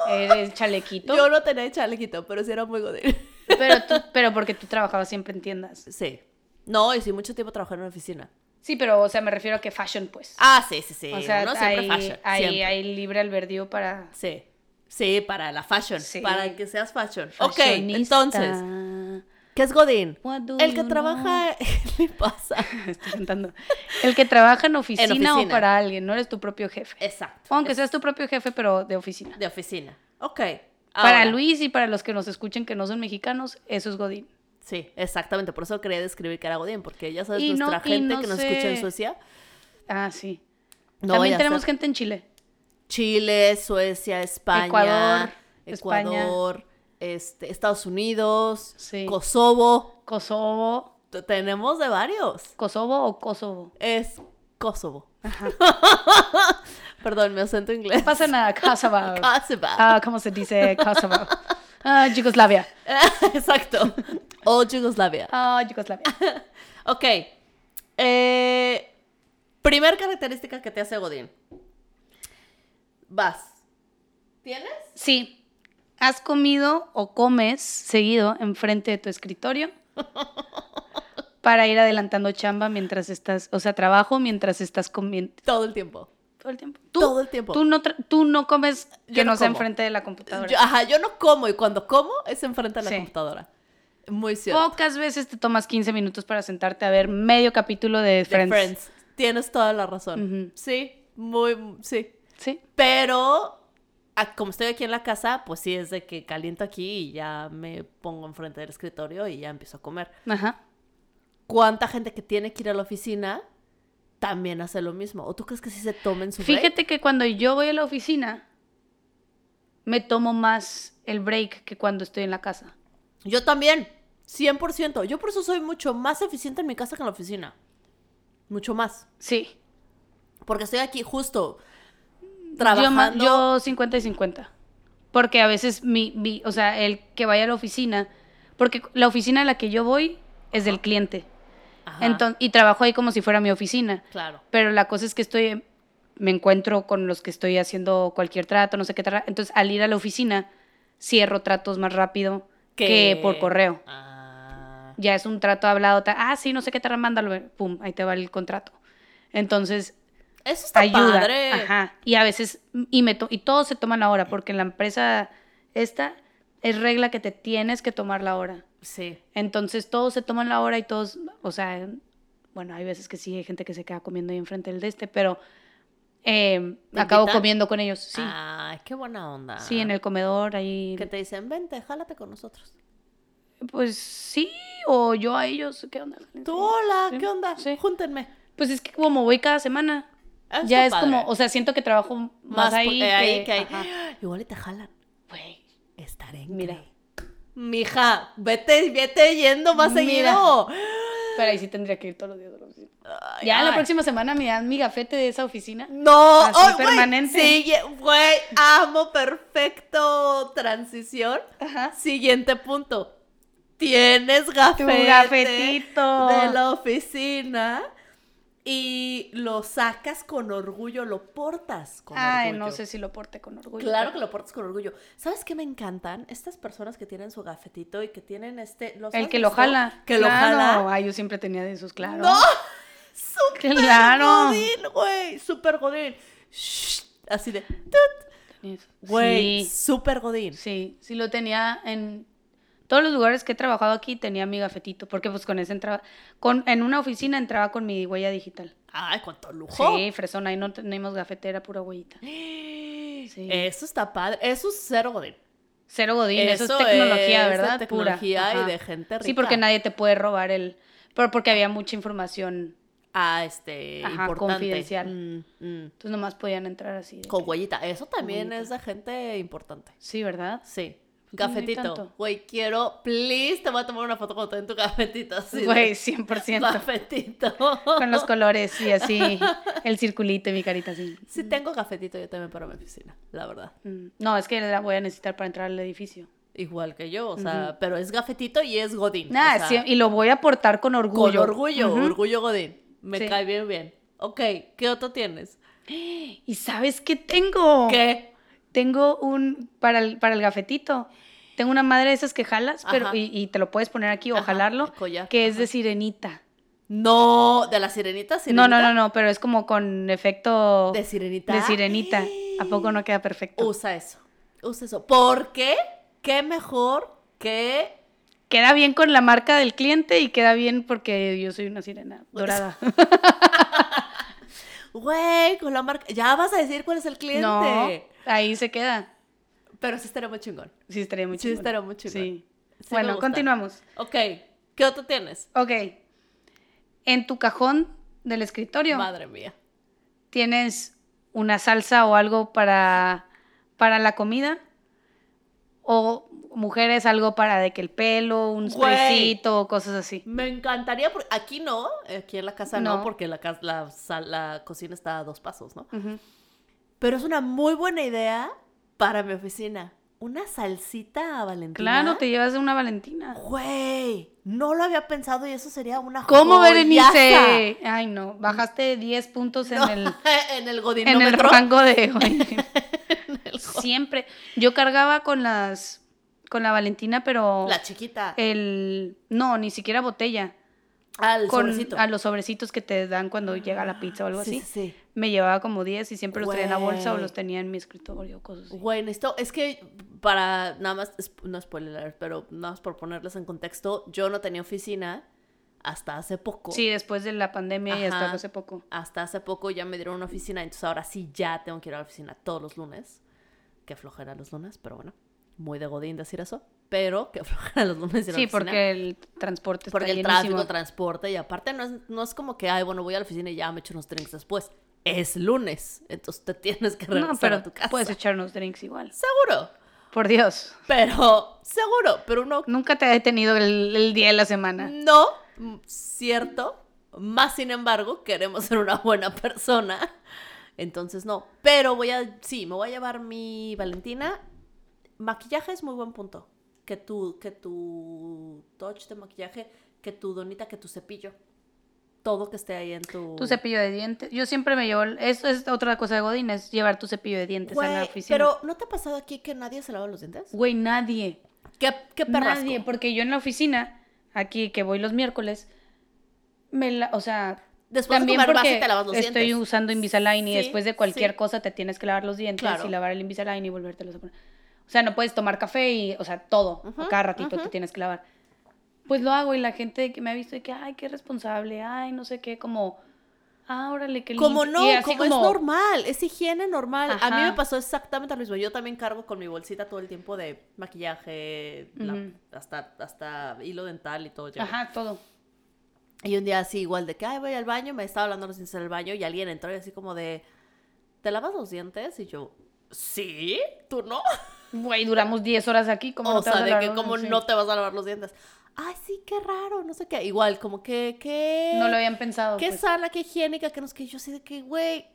Speaker 1: Eres chalequito.
Speaker 2: Yo no tenía chalequito, pero sí era muy Godín.
Speaker 1: Pero, tú- pero porque tú trabajabas siempre en tiendas.
Speaker 2: Sí. No, y sí, mucho tiempo trabajé en una oficina.
Speaker 1: Sí, pero, o sea, me refiero a que fashion, pues.
Speaker 2: Ah, sí, sí, sí.
Speaker 1: o sea,
Speaker 2: Uno siempre
Speaker 1: hay,
Speaker 2: fashion.
Speaker 1: hay-
Speaker 2: siempre.
Speaker 1: hay libre albedrío para...
Speaker 2: Sí. Sí, para la fashion.
Speaker 1: Sí.
Speaker 2: Para que seas fashion. Ok,
Speaker 1: fashionista.
Speaker 2: entonces, ¿qué es Godín?
Speaker 1: What do
Speaker 2: El que
Speaker 1: you
Speaker 2: trabaja le pasa.
Speaker 1: Estoy cantando. El que trabaja en oficina, o
Speaker 2: oficina.
Speaker 1: para alguien, no eres tu propio jefe.
Speaker 2: Exacto.
Speaker 1: Aunque seas tu propio jefe, pero de oficina.
Speaker 2: De oficina. Ok.
Speaker 1: Para
Speaker 2: ahora.
Speaker 1: Luis y para los que nos escuchen que no son mexicanos, eso es Godín.
Speaker 2: Sí, exactamente. Por eso quería describir que era Godín, porque ya sabes,
Speaker 1: Y no-
Speaker 2: nuestra
Speaker 1: y
Speaker 2: gente
Speaker 1: no
Speaker 2: que nos
Speaker 1: sé.
Speaker 2: escucha en Suecia.
Speaker 1: Ah, sí.
Speaker 2: No
Speaker 1: También
Speaker 2: vaya a
Speaker 1: tenemos
Speaker 2: ser
Speaker 1: gente en Chile.
Speaker 2: Chile, Suecia, España,
Speaker 1: Ecuador,
Speaker 2: Ecuador, este, Estados Unidos,
Speaker 1: Sí.
Speaker 2: Kosovo.
Speaker 1: Kosovo.
Speaker 2: T- Tenemos de varios.
Speaker 1: ¿Kosovo o Kosovo?
Speaker 2: Es Kosovo. Perdón, mi acento inglés.
Speaker 1: No pasa nada, Kosovo.
Speaker 2: Kosovo.
Speaker 1: Ah, ¿cómo se dice Kosovo? Ah, Yugoslavia.
Speaker 2: Exacto. O Yugoslavia.
Speaker 1: Ah, Yugoslavia.
Speaker 2: Ok. Eh, primer característica que te hace Godín. Vas. ¿Tienes?
Speaker 1: Sí. ¿Has comido o comes seguido enfrente de tu escritorio? Para ir adelantando chamba mientras estás, o sea, trabajo mientras estás comiendo
Speaker 2: Todo el tiempo.
Speaker 1: todo el tiempo.
Speaker 2: Todo el tiempo.
Speaker 1: Tú no, tra- tú no comes que
Speaker 2: Yo no
Speaker 1: no, sea
Speaker 2: como.
Speaker 1: enfrente de la computadora.
Speaker 2: Yo- ajá, yo no como y cuando como es enfrente a la
Speaker 1: Sí. Oh,
Speaker 2: computadora. Muy cierto.
Speaker 1: Pocas veces te tomas 15 minutos para sentarte a ver medio capítulo de
Speaker 2: De
Speaker 1: Friends.
Speaker 2: Friends. Tienes toda la razón.
Speaker 1: Ujú.
Speaker 2: Sí, muy, sí.
Speaker 1: Sí.
Speaker 2: Pero a- como estoy aquí en la casa, pues sí es de que caliento aquí y ya me pongo enfrente del escritorio y ya empiezo a comer.
Speaker 1: Ajá.
Speaker 2: ¿Cuánta gente que tiene que ir a la oficina también hace lo mismo? ¿O tú crees que sí se tomen su break?
Speaker 1: Fíjate que cuando yo voy a la oficina, me tomo más el break que cuando estoy en la casa.
Speaker 2: Yo también, 100%. Yo por eso soy mucho más eficiente en mi casa que en la oficina. Mucho más.
Speaker 1: Sí.
Speaker 2: Porque estoy aquí justo
Speaker 1: Yo, ma-
Speaker 2: trabajando.
Speaker 1: yo 50 y 50. Porque a veces mi, mi- o sea, el que vaya a la oficina, porque la oficina a la que yo voy es del cliente.
Speaker 2: Ajá,
Speaker 1: Entonces, y trabajo ahí como si fuera mi oficina.
Speaker 2: Claro.
Speaker 1: Pero la cosa es que estoy, me encuentro con los que estoy haciendo cualquier trato, no sé qué trato. Entonces, al ir a la oficina, cierro tratos más rápido que por correo.
Speaker 2: Ah,
Speaker 1: ya es un trato hablado, ta- ah, sí, no sé qué te mándalo, pum, ahí te va el contrato. Entonces,
Speaker 2: Eso está
Speaker 1: ayuda.
Speaker 2: padre.
Speaker 1: Ajá. Y a veces, y, me to- y todos se toman la hora, porque en la empresa esta es regla que te tienes que tomar la hora.
Speaker 2: Sí.
Speaker 1: Entonces, todos se toman la hora y todos, o sea, bueno, hay veces que sí, hay gente que se queda comiendo ahí enfrente del de este, pero eh,
Speaker 2: ¿Te
Speaker 1: acabo
Speaker 2: invitan?
Speaker 1: comiendo con ellos, sí.
Speaker 2: Ay, qué Ah, buena onda.
Speaker 1: Sí, en el comedor, ahí.
Speaker 2: Que te dicen, vente, jálate con nosotros.
Speaker 1: Pues sí, o yo a ellos, ¿qué onda?
Speaker 2: Tú, hola,
Speaker 1: Sí,
Speaker 2: ¿qué onda?
Speaker 1: sí.
Speaker 2: Júntenme.
Speaker 1: Pues es que como voy cada semana,
Speaker 2: Ah, Está
Speaker 1: ya es
Speaker 2: padre.
Speaker 1: como, o sea, siento que trabajo más,
Speaker 2: más
Speaker 1: ahí,
Speaker 2: po- eh,
Speaker 1: que,
Speaker 2: ahí que ahí.
Speaker 1: ajá.
Speaker 2: Igual y te jalan.
Speaker 1: Güey,
Speaker 2: Estaré
Speaker 1: Mira.
Speaker 2: Mira. Mija, vete, vete yendo más
Speaker 1: Mira.
Speaker 2: seguido.
Speaker 1: Pero ahí sí tendría que ir todos los días. a la oficina.
Speaker 2: Ay,
Speaker 1: ya la
Speaker 2: ay.
Speaker 1: próxima semana me dan mi gafete de esa oficina.
Speaker 2: No,
Speaker 1: Así
Speaker 2: ay, güey,
Speaker 1: permanente.
Speaker 2: sigue- güey, amo perfecto transición.
Speaker 1: Ajá.
Speaker 2: Siguiente punto. Tienes gafete
Speaker 1: gafetito.
Speaker 2: de la oficina y lo sacas con orgullo, lo portas con
Speaker 1: Ay,
Speaker 2: orgullo.
Speaker 1: no sé si lo porte con orgullo.
Speaker 2: Claro que
Speaker 1: pero-
Speaker 2: lo portas con orgullo. ¿Sabes qué me encantan? Estas personas que tienen su gafetito y que tienen este... ¿los
Speaker 1: El
Speaker 2: has
Speaker 1: que lo
Speaker 2: visto?
Speaker 1: jala.
Speaker 2: Que lo
Speaker 1: Claro.
Speaker 2: jala.
Speaker 1: Ay, yo siempre tenía de esos, claro.
Speaker 2: ¡No! ¡Súper
Speaker 1: Claro.
Speaker 2: godín, güey! ¡Súper godín! Shh, Así de... tut. Güey,
Speaker 1: Sí,
Speaker 2: súper godín.
Speaker 1: sí, sí lo tenía en todos los lugares que he trabajado aquí tenía mi gafetito, porque pues con ese entraba, con, en una oficina entraba con mi huella digital.
Speaker 2: ¡Ay, cuánto lujo!
Speaker 1: Sí, fresona, ahí no tenemos gafetera, pura huellita. Sí.
Speaker 2: Eso está padre. Eso es cero godín.
Speaker 1: Cero godín, eso,
Speaker 2: Eso
Speaker 1: es tecnología,
Speaker 2: es de
Speaker 1: ¿verdad?
Speaker 2: tecnología y
Speaker 1: Ajá.
Speaker 2: de gente
Speaker 1: Sí,
Speaker 2: rica.
Speaker 1: porque nadie te puede robar el... Pero porque había mucha información,
Speaker 2: Ah, este...
Speaker 1: Ajá,
Speaker 2: importante.
Speaker 1: confidencial.
Speaker 2: Mm, mm.
Speaker 1: entonces nomás podían entrar así. de
Speaker 2: Con
Speaker 1: que-
Speaker 2: huellita. Eso también
Speaker 1: huellita.
Speaker 2: es de gente importante.
Speaker 1: Sí, ¿verdad?
Speaker 2: Sí.
Speaker 1: Pues no hay
Speaker 2: Cafetito.
Speaker 1: tanto.
Speaker 2: Güey, quiero, please, te voy a tomar una foto cuando te den tu cafetito. así de-
Speaker 1: Güey, 100%.
Speaker 2: Cafetito.
Speaker 1: Con los colores y así, el circulito y mi carita así.
Speaker 2: Si tengo cafetito, yo también para mi oficina, la verdad.
Speaker 1: Mm. No, es que la voy a necesitar para entrar al edificio.
Speaker 2: Igual que yo, o sea, pero es cafetito y es Godín.
Speaker 1: Nada,
Speaker 2: o sea,
Speaker 1: sí, Ah, y lo voy a portar con orgullo.
Speaker 2: Con orgullo,
Speaker 1: Ujú.
Speaker 2: orgullo Godín. Me
Speaker 1: Sí.
Speaker 2: cae bien, bien. Ok, ¿qué otro tienes?
Speaker 1: ¿Y sabes qué tengo?
Speaker 2: ¿Qué?
Speaker 1: Tengo un, para el, para el gafetito, tengo una madre de esas que jalas pero,
Speaker 2: Ajá.
Speaker 1: y, y te lo puedes poner aquí o
Speaker 2: Ajá,
Speaker 1: jalarlo,
Speaker 2: el collar,
Speaker 1: que es
Speaker 2: ajá.
Speaker 1: de sirenita.
Speaker 2: No, de la sirenita, sirenita.
Speaker 1: No, no, no, no, pero es como con efecto
Speaker 2: De sirenita.
Speaker 1: de sirenita. ¿A poco no queda perfecto?
Speaker 2: Usa eso. Usa eso. ¿Por qué? ¿Qué mejor que
Speaker 1: Queda bien con la marca del cliente y queda bien porque yo soy una sirena
Speaker 2: Pues,
Speaker 1: dorada.
Speaker 2: Güey, con la marca. Ya vas a decir cuál es el cliente.
Speaker 1: no, ahí se queda.
Speaker 2: Pero sí estaría muy chingón.
Speaker 1: Sí, estaría muy
Speaker 2: Sí,
Speaker 1: chingón.
Speaker 2: estaría muy chingón.
Speaker 1: Sí.
Speaker 2: Sí me
Speaker 1: Bueno,
Speaker 2: gusta.
Speaker 1: continuamos.
Speaker 2: Ok. ¿Qué otro tienes?
Speaker 1: Ok. En tu cajón del escritorio
Speaker 2: Madre mía.
Speaker 1: tienes una salsa o algo para, para la comida O mujeres algo para de que el pelo, un
Speaker 2: Güey.
Speaker 1: spraycito o cosas así.
Speaker 2: Me encantaría, porque aquí no, aquí en la casa no,
Speaker 1: No.
Speaker 2: porque la, cas- la, sal- la cocina está a dos pasos, ¿no?
Speaker 1: Ujú.
Speaker 2: Pero es una muy buena idea para mi oficina. Una salsita a Valentina.
Speaker 1: Claro, te llevas de una Valentina.
Speaker 2: Güey, no lo había pensado y eso sería una
Speaker 1: ¿Cómo,
Speaker 2: joyaza.
Speaker 1: Berenice? Ay, no, bajaste 10 puntos en el,
Speaker 2: en el
Speaker 1: en el
Speaker 2: godinómetro.
Speaker 1: rango de... Siempre. Yo cargaba con las... Con la Valentina, pero...
Speaker 2: La chiquita.
Speaker 1: Eh, el no ni siquiera botella
Speaker 2: al
Speaker 1: con
Speaker 2: sobrecito. Ah,
Speaker 1: a los sobrecitos que te dan cuando llega la pizza o algo
Speaker 2: Sí,
Speaker 1: así
Speaker 2: sí, sí.
Speaker 1: me llevaba como 10 y siempre los tenía en la bolsa o
Speaker 2: Güey.
Speaker 1: los tenía en mi escritorio cosas así.
Speaker 2: Güey, necesito, es que para nada más, es- no spoiler, alert, pero nada más por ponerles en contexto, yo no tenía oficina hasta hace poco.
Speaker 1: sí después de la pandemia y hasta
Speaker 2: Ajá.
Speaker 1: hace poco
Speaker 2: Hasta hace poco ya me dieron una oficina, entonces ahora sí ya tengo que ir a la oficina todos los lunes. Qué flojera los lunes, pero bueno, muy de godín decir eso, pero qué flojera los lunes. ir a la
Speaker 1: sí
Speaker 2: oficina.
Speaker 1: porque el transporte
Speaker 2: Porque el
Speaker 1: está
Speaker 2: tráfico,
Speaker 1: llenísimo
Speaker 2: el transporte, y aparte no es, no es como que, ay, bueno, voy a la oficina y ya me echo unos drinks después. Es lunes, entonces te tienes que regresar
Speaker 1: no pero
Speaker 2: a tu casa.
Speaker 1: puedes echarnos drinks igual
Speaker 2: Seguro,
Speaker 1: por dios
Speaker 2: pero seguro, pero no,
Speaker 1: nunca te ha detenido el, el día de la semana
Speaker 2: no, mm, cierto. Más sin embargo, queremos ser una buena persona. Entonces no, pero voy a, sí, me voy a llevar mi Valentina. Maquillaje es muy buen punto. Que tu, que tu touch de maquillaje, que tu donita, que tu cepillo. Todo que esté ahí en tu...
Speaker 1: tu cepillo de dientes yo siempre me llevo eso es otra cosa de Godín es llevar tu cepillo de dientes a la
Speaker 2: Güey,
Speaker 1: oficina
Speaker 2: pero ¿no te ha pasado aquí que nadie se lava los dientes?
Speaker 1: güey nadie
Speaker 2: ¿Qué, qué perrasco?
Speaker 1: Nadie, porque yo en la oficina, aquí que voy los miércoles, me la, o sea,
Speaker 2: Después
Speaker 1: también
Speaker 2: de comer vas
Speaker 1: porque
Speaker 2: y te lavas los
Speaker 1: estoy
Speaker 2: dientes.
Speaker 1: usando Invisalign y
Speaker 2: Sí,
Speaker 1: después de cualquier
Speaker 2: sí.
Speaker 1: cosa te tienes que lavar los dientes
Speaker 2: Claro.
Speaker 1: y lavar el Invisalign y volvértelos a poner. O sea, no puedes tomar café y, o sea, todo, a
Speaker 2: Ujú,
Speaker 1: cada ratito
Speaker 2: ujú.
Speaker 1: te tienes que lavar. Pues lo hago y la gente que me ha visto de que, ay, qué responsable, ay, no sé qué, como, ah, órale, qué
Speaker 2: Como
Speaker 1: limpio".
Speaker 2: no,
Speaker 1: Y así
Speaker 2: como, es normal, es higiene normal. A mí
Speaker 1: Ajá.
Speaker 2: me pasó exactamente lo mismo. Yo también cargo con mi bolsita todo el tiempo de maquillaje, la-
Speaker 1: Ujú.
Speaker 2: hasta, hasta hilo dental y todo. llevo.
Speaker 1: Ajá, todo.
Speaker 2: Y un día así, igual de que, ay, voy al baño, me estaba hablando los dientes en el baño y alguien entró y así como de, ¿te lavas los dientes? Y yo, ¿sí? ¿Tú no?
Speaker 1: Güey, duramos 10 horas aquí, como
Speaker 2: o
Speaker 1: no te vas
Speaker 2: sea,
Speaker 1: a
Speaker 2: de
Speaker 1: lavar
Speaker 2: que
Speaker 1: los
Speaker 2: como
Speaker 1: dientes?
Speaker 2: no te vas a lavar los dientes. Ay, sí, qué raro, no sé qué. Igual, como que, que...
Speaker 1: No lo habían pensado.
Speaker 2: qué
Speaker 1: pues.
Speaker 2: sana, qué higiénica, que nos que yo así de que, güey,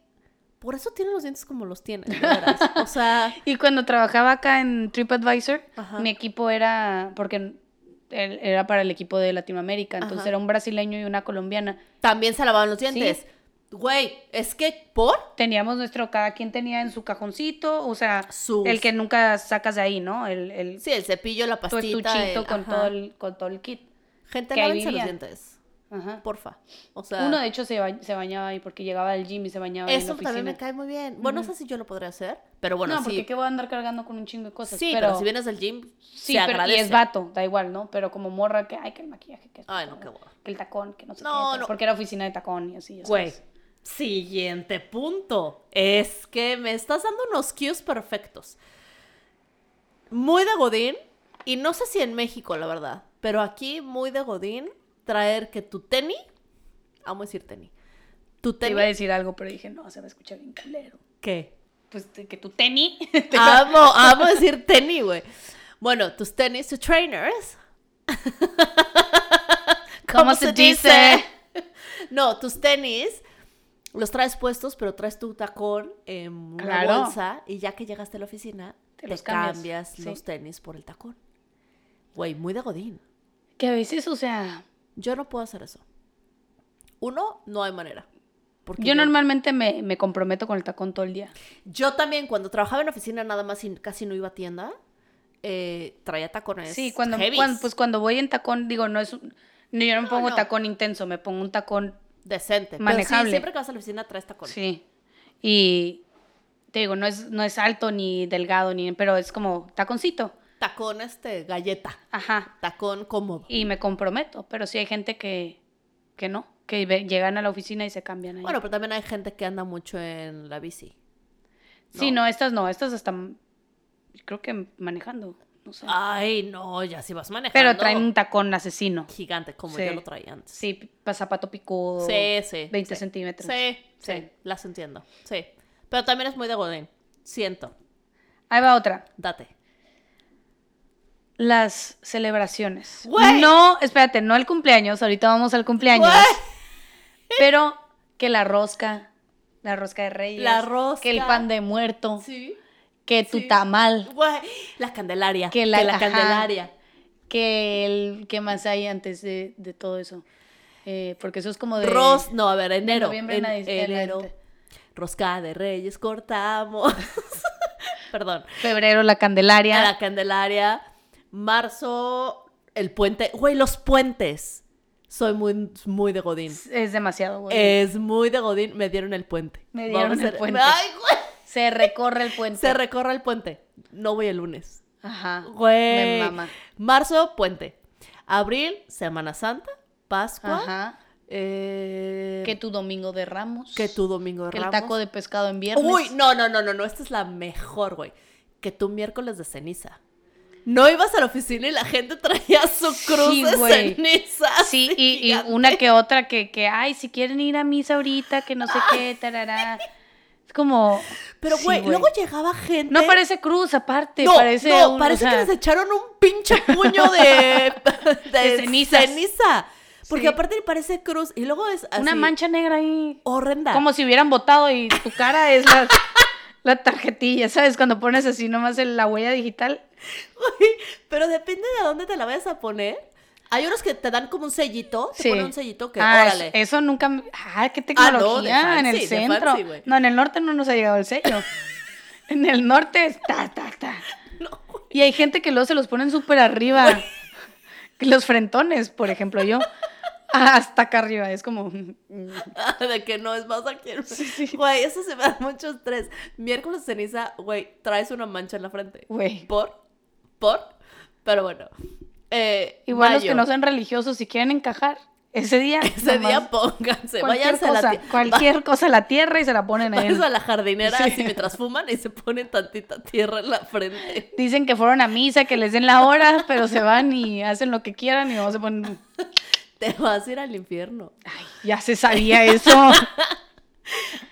Speaker 2: por eso tiene los dientes como los tiene, de veras. O sea,
Speaker 1: Y cuando trabajaba acá en TripAdvisor,
Speaker 2: Ajá.
Speaker 1: mi equipo era, porque él era para el equipo de Latinoamérica, entonces
Speaker 2: Ajá.
Speaker 1: era un brasileño y una colombiana.
Speaker 2: también se lavaban los dientes. Güey, es que por
Speaker 1: Teníamos nuestro, cada quien tenía en su cajoncito, o sea,
Speaker 2: Sus-
Speaker 1: el que nunca sacas de ahí, ¿no? El, el
Speaker 2: sí, el cepillo, la
Speaker 1: Pues tu
Speaker 2: pastita,
Speaker 1: estuchito
Speaker 2: el-
Speaker 1: con,
Speaker 2: ajá.
Speaker 1: todo el, con todo el kit.
Speaker 2: gente
Speaker 1: que ahí
Speaker 2: lávense los
Speaker 1: vivía.
Speaker 2: dientes,
Speaker 1: Ajá.
Speaker 2: porfa. Pues, O sea,
Speaker 1: Uno de hecho se, ba- se bañaba ahí porque llegaba del gym y se bañaba ahí en la
Speaker 2: eso
Speaker 1: oficina.
Speaker 2: también me cae muy bien. Bueno, no sé si yo lo podría hacer, pero bueno,
Speaker 1: no, porque
Speaker 2: sí.
Speaker 1: qué voy a andar cargando con un chingo de cosas.
Speaker 2: sí, pero, si vienes del gym,
Speaker 1: Sí,
Speaker 2: se
Speaker 1: pero, y
Speaker 2: agradece.
Speaker 1: es vato, da igual, ¿no? Pero como morra que, ay, que el maquillaje, que esto,
Speaker 2: Ay,
Speaker 1: que
Speaker 2: no,
Speaker 1: lo
Speaker 2: qué
Speaker 1: otro,
Speaker 2: hueva.
Speaker 1: Que el tacón, que no sé
Speaker 2: No,
Speaker 1: qué. pero-
Speaker 2: no.
Speaker 1: Porque era oficina de tacón y así. ya
Speaker 2: Güey,
Speaker 1: sabes.
Speaker 2: siguiente punto. Es que me estás dando unos cues perfectos. Muy de Godín, y no sé si en México, la verdad, pero aquí muy de Godín, traer que tu tenis, amo decir tenis, tu
Speaker 1: Te iba a
Speaker 2: tenis,
Speaker 1: decir algo, pero dije, no, se va a escuchar bien culero.
Speaker 2: ¿qué?
Speaker 1: Pues te- que tu tenis.
Speaker 2: Amo, amo decir tenis, güey. Bueno, tus tenis, tus trainers.
Speaker 1: ¿Cómo se dice?
Speaker 2: No, tus tenis los traes puestos, pero traes tu tacón en una
Speaker 1: Claro.
Speaker 2: bolsa y ya que llegaste a la oficina, te,
Speaker 1: Te los
Speaker 2: cambias,
Speaker 1: cambias, sí.
Speaker 2: los tenis por el tacón. Güey, muy de godín.
Speaker 1: que a veces, o sea,
Speaker 2: Yo no puedo hacer eso. Uno, no hay manera. Porque
Speaker 1: yo normalmente me, me comprometo con el tacón todo el día.
Speaker 2: Yo también, cuando trabajaba en oficina, nada más y casi no iba a tienda, eh, traía tacones.
Speaker 1: Sí, cuando,
Speaker 2: heavies.
Speaker 1: cuan- pues cuando voy en tacón, digo, no es un- no, yo no me
Speaker 2: No,
Speaker 1: pongo
Speaker 2: no.
Speaker 1: tacón intenso, me pongo un tacón,
Speaker 2: decente. Pero
Speaker 1: manejable.
Speaker 2: sí, siempre que vas a la oficina traes tacones.
Speaker 1: sí. Y te digo, no es, no es alto ni delgado, ni, pero es como taconcito.
Speaker 2: Tacón, este, galleta.
Speaker 1: Ajá.
Speaker 2: Tacón cómodo.
Speaker 1: Y me comprometo, pero sí hay gente que, que no, que ve- llegan a la oficina y se cambian ahí.
Speaker 2: Bueno, pero también hay gente que anda mucho en la bici.
Speaker 1: sí, no, estas no, estas están, creo que manejando, no sé.
Speaker 2: Ay, no, ya si vas Ah, manejando.
Speaker 1: pero traen un tacón asesino.
Speaker 2: gigante, como
Speaker 1: Sí.
Speaker 2: yo lo traía antes.
Speaker 1: Sí, pa- zapato picudo.
Speaker 2: Sí, sí.
Speaker 1: 20
Speaker 2: sí.
Speaker 1: centímetros.
Speaker 2: Sí, sí,
Speaker 1: Sí.
Speaker 2: las entiendo. Sí. Pero también es muy de Godín. Siento.
Speaker 1: Ahí va otra.
Speaker 2: Date.
Speaker 1: las celebraciones.
Speaker 2: Güey.
Speaker 1: No, espérate, no el cumpleaños, ahorita vamos al cumpleaños.
Speaker 2: Güey.
Speaker 1: Pero que la rosca, la rosca de reyes.
Speaker 2: La rosca.
Speaker 1: Que el pan de muerto.
Speaker 2: Sí.
Speaker 1: Que tu
Speaker 2: sí.
Speaker 1: tamal.
Speaker 2: Güey. La Candelaria.
Speaker 1: Que la- ajá.
Speaker 2: Candelaria.
Speaker 1: Que el, ¿qué más hay antes de, de todo eso? Eh, porque eso es como de...
Speaker 2: Ros, no, a ver,
Speaker 1: de
Speaker 2: enero.
Speaker 1: noviembre
Speaker 2: en-
Speaker 1: a dic-
Speaker 2: enero.
Speaker 1: adelante.
Speaker 2: Rosca de Reyes, cortamos. Perdón.
Speaker 1: Febrero, la Candelaria.
Speaker 2: A la Candelaria. Marzo, el puente. Güey, los puentes. Soy muy, muy de Godín.
Speaker 1: Es demasiado, güey.
Speaker 2: Es muy de Godín. Me dieron el puente.
Speaker 1: Me dieron
Speaker 2: Vamos a
Speaker 1: el
Speaker 2: hacer-
Speaker 1: puente.
Speaker 2: Ay, güey.
Speaker 1: Se recorre el puente.
Speaker 2: Se recorre el puente. No voy el lunes.
Speaker 1: Ajá.
Speaker 2: Güey.
Speaker 1: Me mama.
Speaker 2: Marzo, puente. Abril, Semana Santa. Pascua.
Speaker 1: Ajá.
Speaker 2: eh,
Speaker 1: Que tu domingo de Ramos.
Speaker 2: que tu domingo de
Speaker 1: Que
Speaker 2: Ramos.
Speaker 1: el taco de pescado en viernes.
Speaker 2: Uy, no, no, no, no, no. Esta es la mejor, güey. Que tu miércoles de ceniza. No ibas a la oficina y la gente traía su cruz
Speaker 1: Sí,
Speaker 2: de
Speaker 1: güey.
Speaker 2: ceniza.
Speaker 1: Sí,
Speaker 2: así
Speaker 1: y, y
Speaker 2: gigante.
Speaker 1: una que otra que, que, ay, si quieren ir a misa ahorita, que no sé qué, tarará. Es como.
Speaker 2: Pero,
Speaker 1: sí,
Speaker 2: güey, luego llegaba gente.
Speaker 1: No parece cruz, aparte.
Speaker 2: No,
Speaker 1: parece
Speaker 2: no,
Speaker 1: un-
Speaker 2: parece
Speaker 1: o sea,
Speaker 2: que les echaron un pinche puño de, de,
Speaker 1: De cenizas.
Speaker 2: ceniza. Porque
Speaker 1: Sí.
Speaker 2: aparte parece cruz y luego es así.
Speaker 1: Una mancha negra ahí.
Speaker 2: horrenda.
Speaker 1: Como si hubieran votado y tu cara es la, la tarjetilla, ¿sabes? Cuando pones así nomás el- la huella digital.
Speaker 2: Güey, Pero depende de dónde te la vayas a poner. Hay unos que te dan como un sellito, te
Speaker 1: Sí.
Speaker 2: ponen un sellito que,
Speaker 1: Ah, es-
Speaker 2: órale.
Speaker 1: Eso nunca. me- Ah, qué
Speaker 2: Ah, no, de
Speaker 1: tecnología en
Speaker 2: fancy, de
Speaker 1: el centro.
Speaker 2: fancy, güey.
Speaker 1: no, en el norte no nos ha llegado el sello. en el norte es ta, ta, ta.
Speaker 2: No, güey.
Speaker 1: Y hay gente que luego se los ponen súper arriba. los frentones, por ejemplo, yo. Hasta acá arriba. Es como.
Speaker 2: de que no es más aquí.
Speaker 1: sí.
Speaker 2: Güey, eso se me da mucho estrés. Miércoles de ceniza, güey, traes una mancha en la frente.
Speaker 1: Güey.
Speaker 2: ¿Por? ¿Por? Pero bueno. Eh,
Speaker 1: Igual los
Speaker 2: mayo.
Speaker 1: que no sean religiosos, si quieren encajar, ese día.
Speaker 2: Ese
Speaker 1: nomás,
Speaker 2: día pónganse,
Speaker 1: cualquier
Speaker 2: Este, váyanse
Speaker 1: cosa,
Speaker 2: a la tie-
Speaker 1: Cualquier cosa a la tierra y se la ponen ahí.
Speaker 2: Váyanse a la jardinera
Speaker 1: Sí.
Speaker 2: así mientras fuman y se ponen tantita tierra en la frente.
Speaker 1: Dicen que fueron a misa, que les den la hora, pero se van y hacen lo que quieran y no se ponen.
Speaker 2: Te vas a ir al infierno.
Speaker 1: Ay, ya se sabía eso.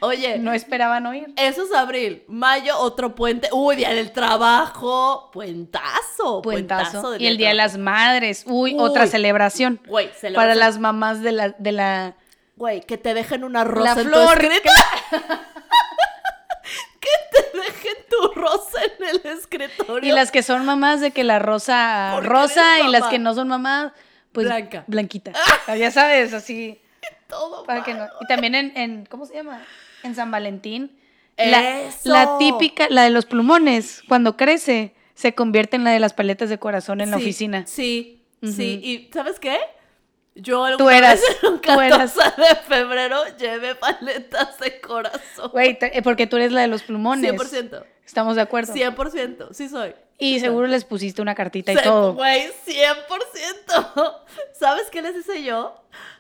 Speaker 2: Oye,
Speaker 1: No esperaban oír.
Speaker 2: eso es abril. Mayo, otro puente. Uy, día del trabajo. Puentazo.
Speaker 1: Puentazo.
Speaker 2: del
Speaker 1: Y el Día de
Speaker 2: trabajo.
Speaker 1: las Madres. Uy,
Speaker 2: Uy.
Speaker 1: otra celebración.
Speaker 2: Güey, se
Speaker 1: Para las mamás de la, de la,
Speaker 2: Güey, que te dejen una rosa
Speaker 1: la
Speaker 2: en tu
Speaker 1: flor.
Speaker 2: escritorio. te dejen tu rosa en el escritorio.
Speaker 1: Y las que son mamás de que la rosa
Speaker 2: Porque
Speaker 1: rosa
Speaker 2: eres
Speaker 1: y las
Speaker 2: mamá.
Speaker 1: que no son mamás, pues
Speaker 2: Blanca. Ah.
Speaker 1: blanquita. Ya sabes, así.
Speaker 2: todo
Speaker 1: Para que no.
Speaker 2: mal.
Speaker 1: Y también en, en- ¿cómo se llama? En San Valentín.
Speaker 2: ¡Eso!
Speaker 1: La, la típica, la de los plumones, cuando crece, se convierte en la de las paletas de corazón en la
Speaker 2: Sí,
Speaker 1: oficina.
Speaker 2: Sí,
Speaker 1: Ujú.
Speaker 2: sí. ¿Y sabes qué? Yo alguna
Speaker 1: Tú eras,
Speaker 2: vez en un
Speaker 1: tú eras.
Speaker 2: 14 de febrero llevé paletas de corazón.
Speaker 1: Güey, te- eh, porque tú eres la de los plumones.
Speaker 2: 100%.
Speaker 1: Estamos de acuerdo.
Speaker 2: 100%. Sí soy.
Speaker 1: Y seguro les pusiste una cartita y
Speaker 2: Se-
Speaker 1: todo.
Speaker 2: Güey, 100%. ¿Sabes qué les hice yo?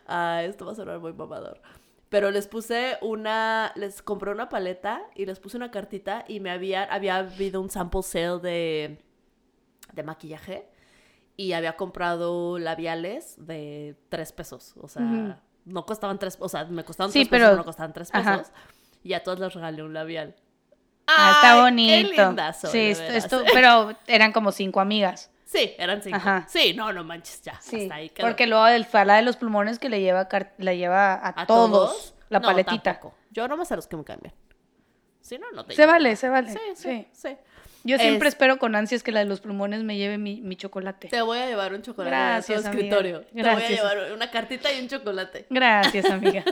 Speaker 2: Ah, esto va a sonar muy mamador. Pero les puse una, les compré una paleta y les puse una cartita y me había, había habido un sample sale de, de maquillaje y había comprado labiales de tres pesos. O sea,
Speaker 1: Ujú.
Speaker 2: no costaban tres, o sea, me costaban
Speaker 1: Sí,
Speaker 2: tres pesos,
Speaker 1: pero-
Speaker 2: no costaban tres pesos.
Speaker 1: ajá.
Speaker 2: Y a todas les regalé un labial.
Speaker 1: Ah, está
Speaker 2: ¡Ay, qué
Speaker 1: bonito.
Speaker 2: linda soy,
Speaker 1: sí,
Speaker 2: de
Speaker 1: esto-
Speaker 2: veras.
Speaker 1: esto- pero eran como cinco amigas.
Speaker 2: Sí, eran cinco.
Speaker 1: Ajá.
Speaker 2: Sí, no, no manches, ya.
Speaker 1: Sí.
Speaker 2: hasta ahí quedó.
Speaker 1: Porque luego del fala de los plumones que le lleva car- la lleva a,
Speaker 2: ¿A
Speaker 1: todos, la
Speaker 2: No,
Speaker 1: paletita.
Speaker 2: tampoco. Yo nomás a los que me cambian. Si no, no te
Speaker 1: Se
Speaker 2: llevo.
Speaker 1: vale, se vale.
Speaker 2: Sí, sí, sí.
Speaker 1: Yo siempre
Speaker 2: Es-
Speaker 1: espero con ansias que la de los plumones me lleve mi, mi chocolate.
Speaker 2: Te voy a llevar un chocolate
Speaker 1: Gracias,
Speaker 2: a tu
Speaker 1: amiga.
Speaker 2: escritorio.
Speaker 1: Gracias.
Speaker 2: Te voy a llevar una cartita y un chocolate.
Speaker 1: Gracias, amiga.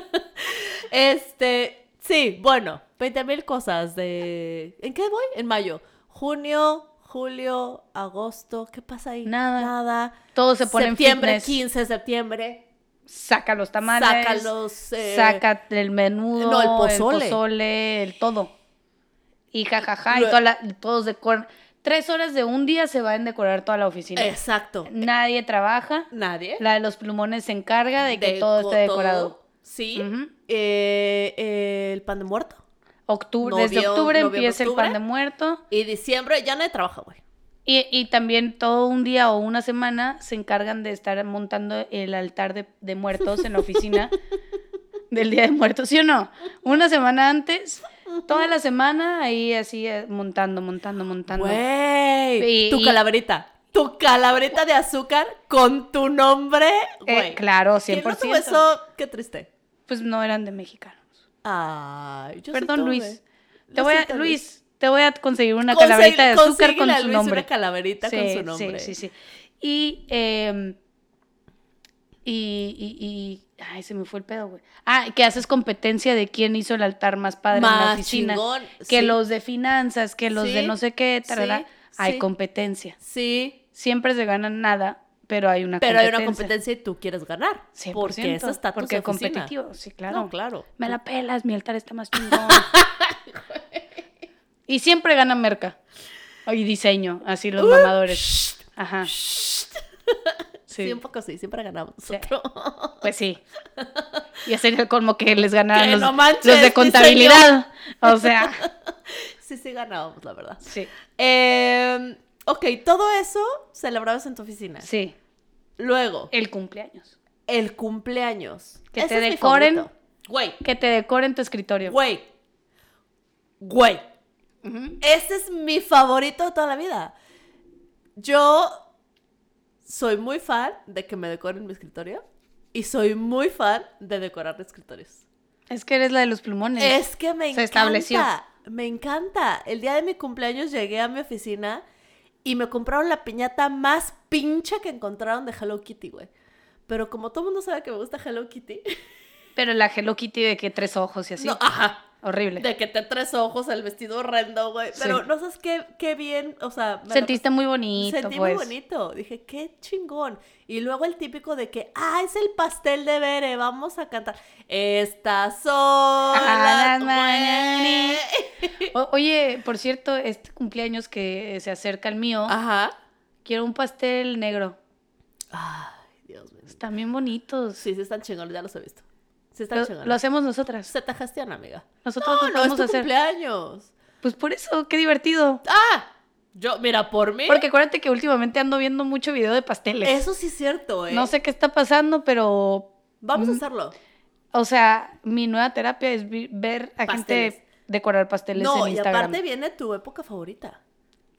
Speaker 2: Este, sí, bueno, 20 mil cosas de... ¿En qué voy? En mayo. Junio, julio, agosto. ¿Qué pasa ahí?
Speaker 1: Nada.
Speaker 2: Nada.
Speaker 1: Todos se ponen
Speaker 2: septiembre,
Speaker 1: fitness.
Speaker 2: 15 de septiembre.
Speaker 1: Saca los tamales.
Speaker 2: Saca los, eh,
Speaker 1: saca el menudo.
Speaker 2: no, el pozole.
Speaker 1: El pozole, el todo. Y jajaja, y
Speaker 2: Lo-
Speaker 1: toda la- todos decoran. Tres horas de un día se va a decorar toda la oficina.
Speaker 2: Exacto.
Speaker 1: Nadie trabaja.
Speaker 2: Nadie.
Speaker 1: La de los plumones se encarga de que todo
Speaker 2: Deco-
Speaker 1: esté decorado.
Speaker 2: Sí.
Speaker 1: Ujú.
Speaker 2: Eh, eh, el pan de muerto.
Speaker 1: Octubre, desde
Speaker 2: Novio-
Speaker 1: octubre
Speaker 2: noviembre,
Speaker 1: empieza
Speaker 2: octubre.
Speaker 1: el pan de muerto.
Speaker 2: Y diciembre ya nadie trabaja, güey.
Speaker 1: Y, y también todo un día o una semana se encargan de estar montando el altar de, de muertos en la oficina del Día de Muertos, ¿sí o no? Una semana antes, toda la semana ahí así eh, montando, montando, montando.
Speaker 2: Güey.
Speaker 1: Y-
Speaker 2: tu
Speaker 1: y-
Speaker 2: calaverita. tu calabreta de azúcar con tu nombre, güey.
Speaker 1: Eh, claro,
Speaker 2: ¿Quién
Speaker 1: 100%.
Speaker 2: no tuvo eso? Qué triste.
Speaker 1: Pues no eran de mexicanos.
Speaker 2: Ay, yo sí
Speaker 1: Perdón,
Speaker 2: tuve.
Speaker 1: Luis. Te
Speaker 2: Lo
Speaker 1: voy a,
Speaker 2: siento,
Speaker 1: Luis, te voy a conseguir una
Speaker 2: Consegui-
Speaker 1: calaverita de azúcar con
Speaker 2: consíguele a
Speaker 1: su
Speaker 2: Luis
Speaker 1: nombre.
Speaker 2: una calaverita con su nombre.
Speaker 1: Sí, sí, sí. Y, eh, y, y, y- ay, se me fue el pedo, güey. Ah, que haces competencia de quién hizo el altar más padre en la
Speaker 2: Más
Speaker 1: oficina.
Speaker 2: chingón.
Speaker 1: Que
Speaker 2: sí,
Speaker 1: los de finanzas, que los de
Speaker 2: Sí,
Speaker 1: no sé qué, tarara.
Speaker 2: sí,
Speaker 1: Hay
Speaker 2: sí.
Speaker 1: competencia.
Speaker 2: Sí,
Speaker 1: Siempre se ganan nada, pero hay una
Speaker 2: pero hay
Speaker 1: competencia.
Speaker 2: una competencia y tú quieres ganar.
Speaker 1: 100%,
Speaker 2: Porque eso está tu
Speaker 1: porque
Speaker 2: oficina.
Speaker 1: competitivo, sí, claro.
Speaker 2: No, claro.
Speaker 1: Me la pelas, mi altar está más chingón. y siempre gana merca. Y diseño, así los mamadores. Ajá.
Speaker 2: Sí.
Speaker 1: Sí,
Speaker 2: un poco sí, siempre ganamos nosotros.
Speaker 1: pues sí. Y sería el colmo que les ganaran
Speaker 2: Que
Speaker 1: los,
Speaker 2: no manches,
Speaker 1: los de
Speaker 2: diseño.
Speaker 1: contabilidad. O sea,
Speaker 2: Sí, sí ganábamos, la verdad.
Speaker 1: sí,
Speaker 2: Eh, ok, todo eso celebrabas en tu oficina. Eh.
Speaker 1: sí.
Speaker 2: Luego,
Speaker 1: El cumpleaños.
Speaker 2: el cumpleaños.
Speaker 1: Que
Speaker 2: Ese
Speaker 1: te
Speaker 2: es mi
Speaker 1: decoren.
Speaker 2: favorito. Güey,
Speaker 1: Que te decoren tu escritorio.
Speaker 2: güey, güey.
Speaker 1: Ujú.
Speaker 2: Ese es mi favorito de toda la vida. Yo soy muy fan de que me decoren mi escritorio y soy muy fan de decorar escritorios.
Speaker 1: Es que eres la de los plumones.
Speaker 2: Es que me
Speaker 1: Se
Speaker 2: encanta.
Speaker 1: estableció.
Speaker 2: Me encanta. El día de mi cumpleaños llegué a mi oficina y me compraron la piñata más pincha que encontraron de Hello Kitty, güey. Pero como todo el mundo sabe que me gusta Hello Kitty,
Speaker 1: Pero la Hello Kitty de que tres ojos y así.
Speaker 2: no, ajá,
Speaker 1: Horrible.
Speaker 2: de que te tres ojos, el vestido horrendo, güey. Pero
Speaker 1: Sí.
Speaker 2: no sabes qué, qué bien, o sea, me la
Speaker 1: Sentiste muy bonito,
Speaker 2: Sentí
Speaker 1: pues.
Speaker 2: muy bonito. Dije, qué chingón. Y luego el típico de que, ah, es el pastel de Bere, vamos a cantar. Estas son
Speaker 1: Ah,
Speaker 2: las
Speaker 1: la
Speaker 2: güey".
Speaker 1: O- oye, por cierto, este cumpleaños que se acerca al mío,
Speaker 2: Ajá.
Speaker 1: quiero un pastel negro.
Speaker 2: Ay, Dios mío.
Speaker 1: Están bien bonitos.
Speaker 2: Sí, sí están chingones, ya los he visto. Sí están
Speaker 1: Lo,
Speaker 2: chingones.
Speaker 1: lo hacemos nosotras.
Speaker 2: Se te gestiona, amiga.
Speaker 1: Nosotros lo
Speaker 2: No, no, es
Speaker 1: podemos
Speaker 2: tu
Speaker 1: hacer.
Speaker 2: cumpleaños.
Speaker 1: Pues por eso, qué divertido.
Speaker 2: ¡Ah! Yo, mira, por mí.
Speaker 1: Porque acuérdate que últimamente ando viendo mucho video de pasteles.
Speaker 2: Eso sí es cierto, ¿eh?
Speaker 1: No sé qué está pasando, pero,
Speaker 2: Vamos a
Speaker 1: Mm.
Speaker 2: hacerlo.
Speaker 1: o sea, mi nueva terapia es vi- ver a gente
Speaker 2: Pasteles.
Speaker 1: decorar pasteles
Speaker 2: No,
Speaker 1: en
Speaker 2: y
Speaker 1: Instagram.
Speaker 2: aparte viene tu época favorita.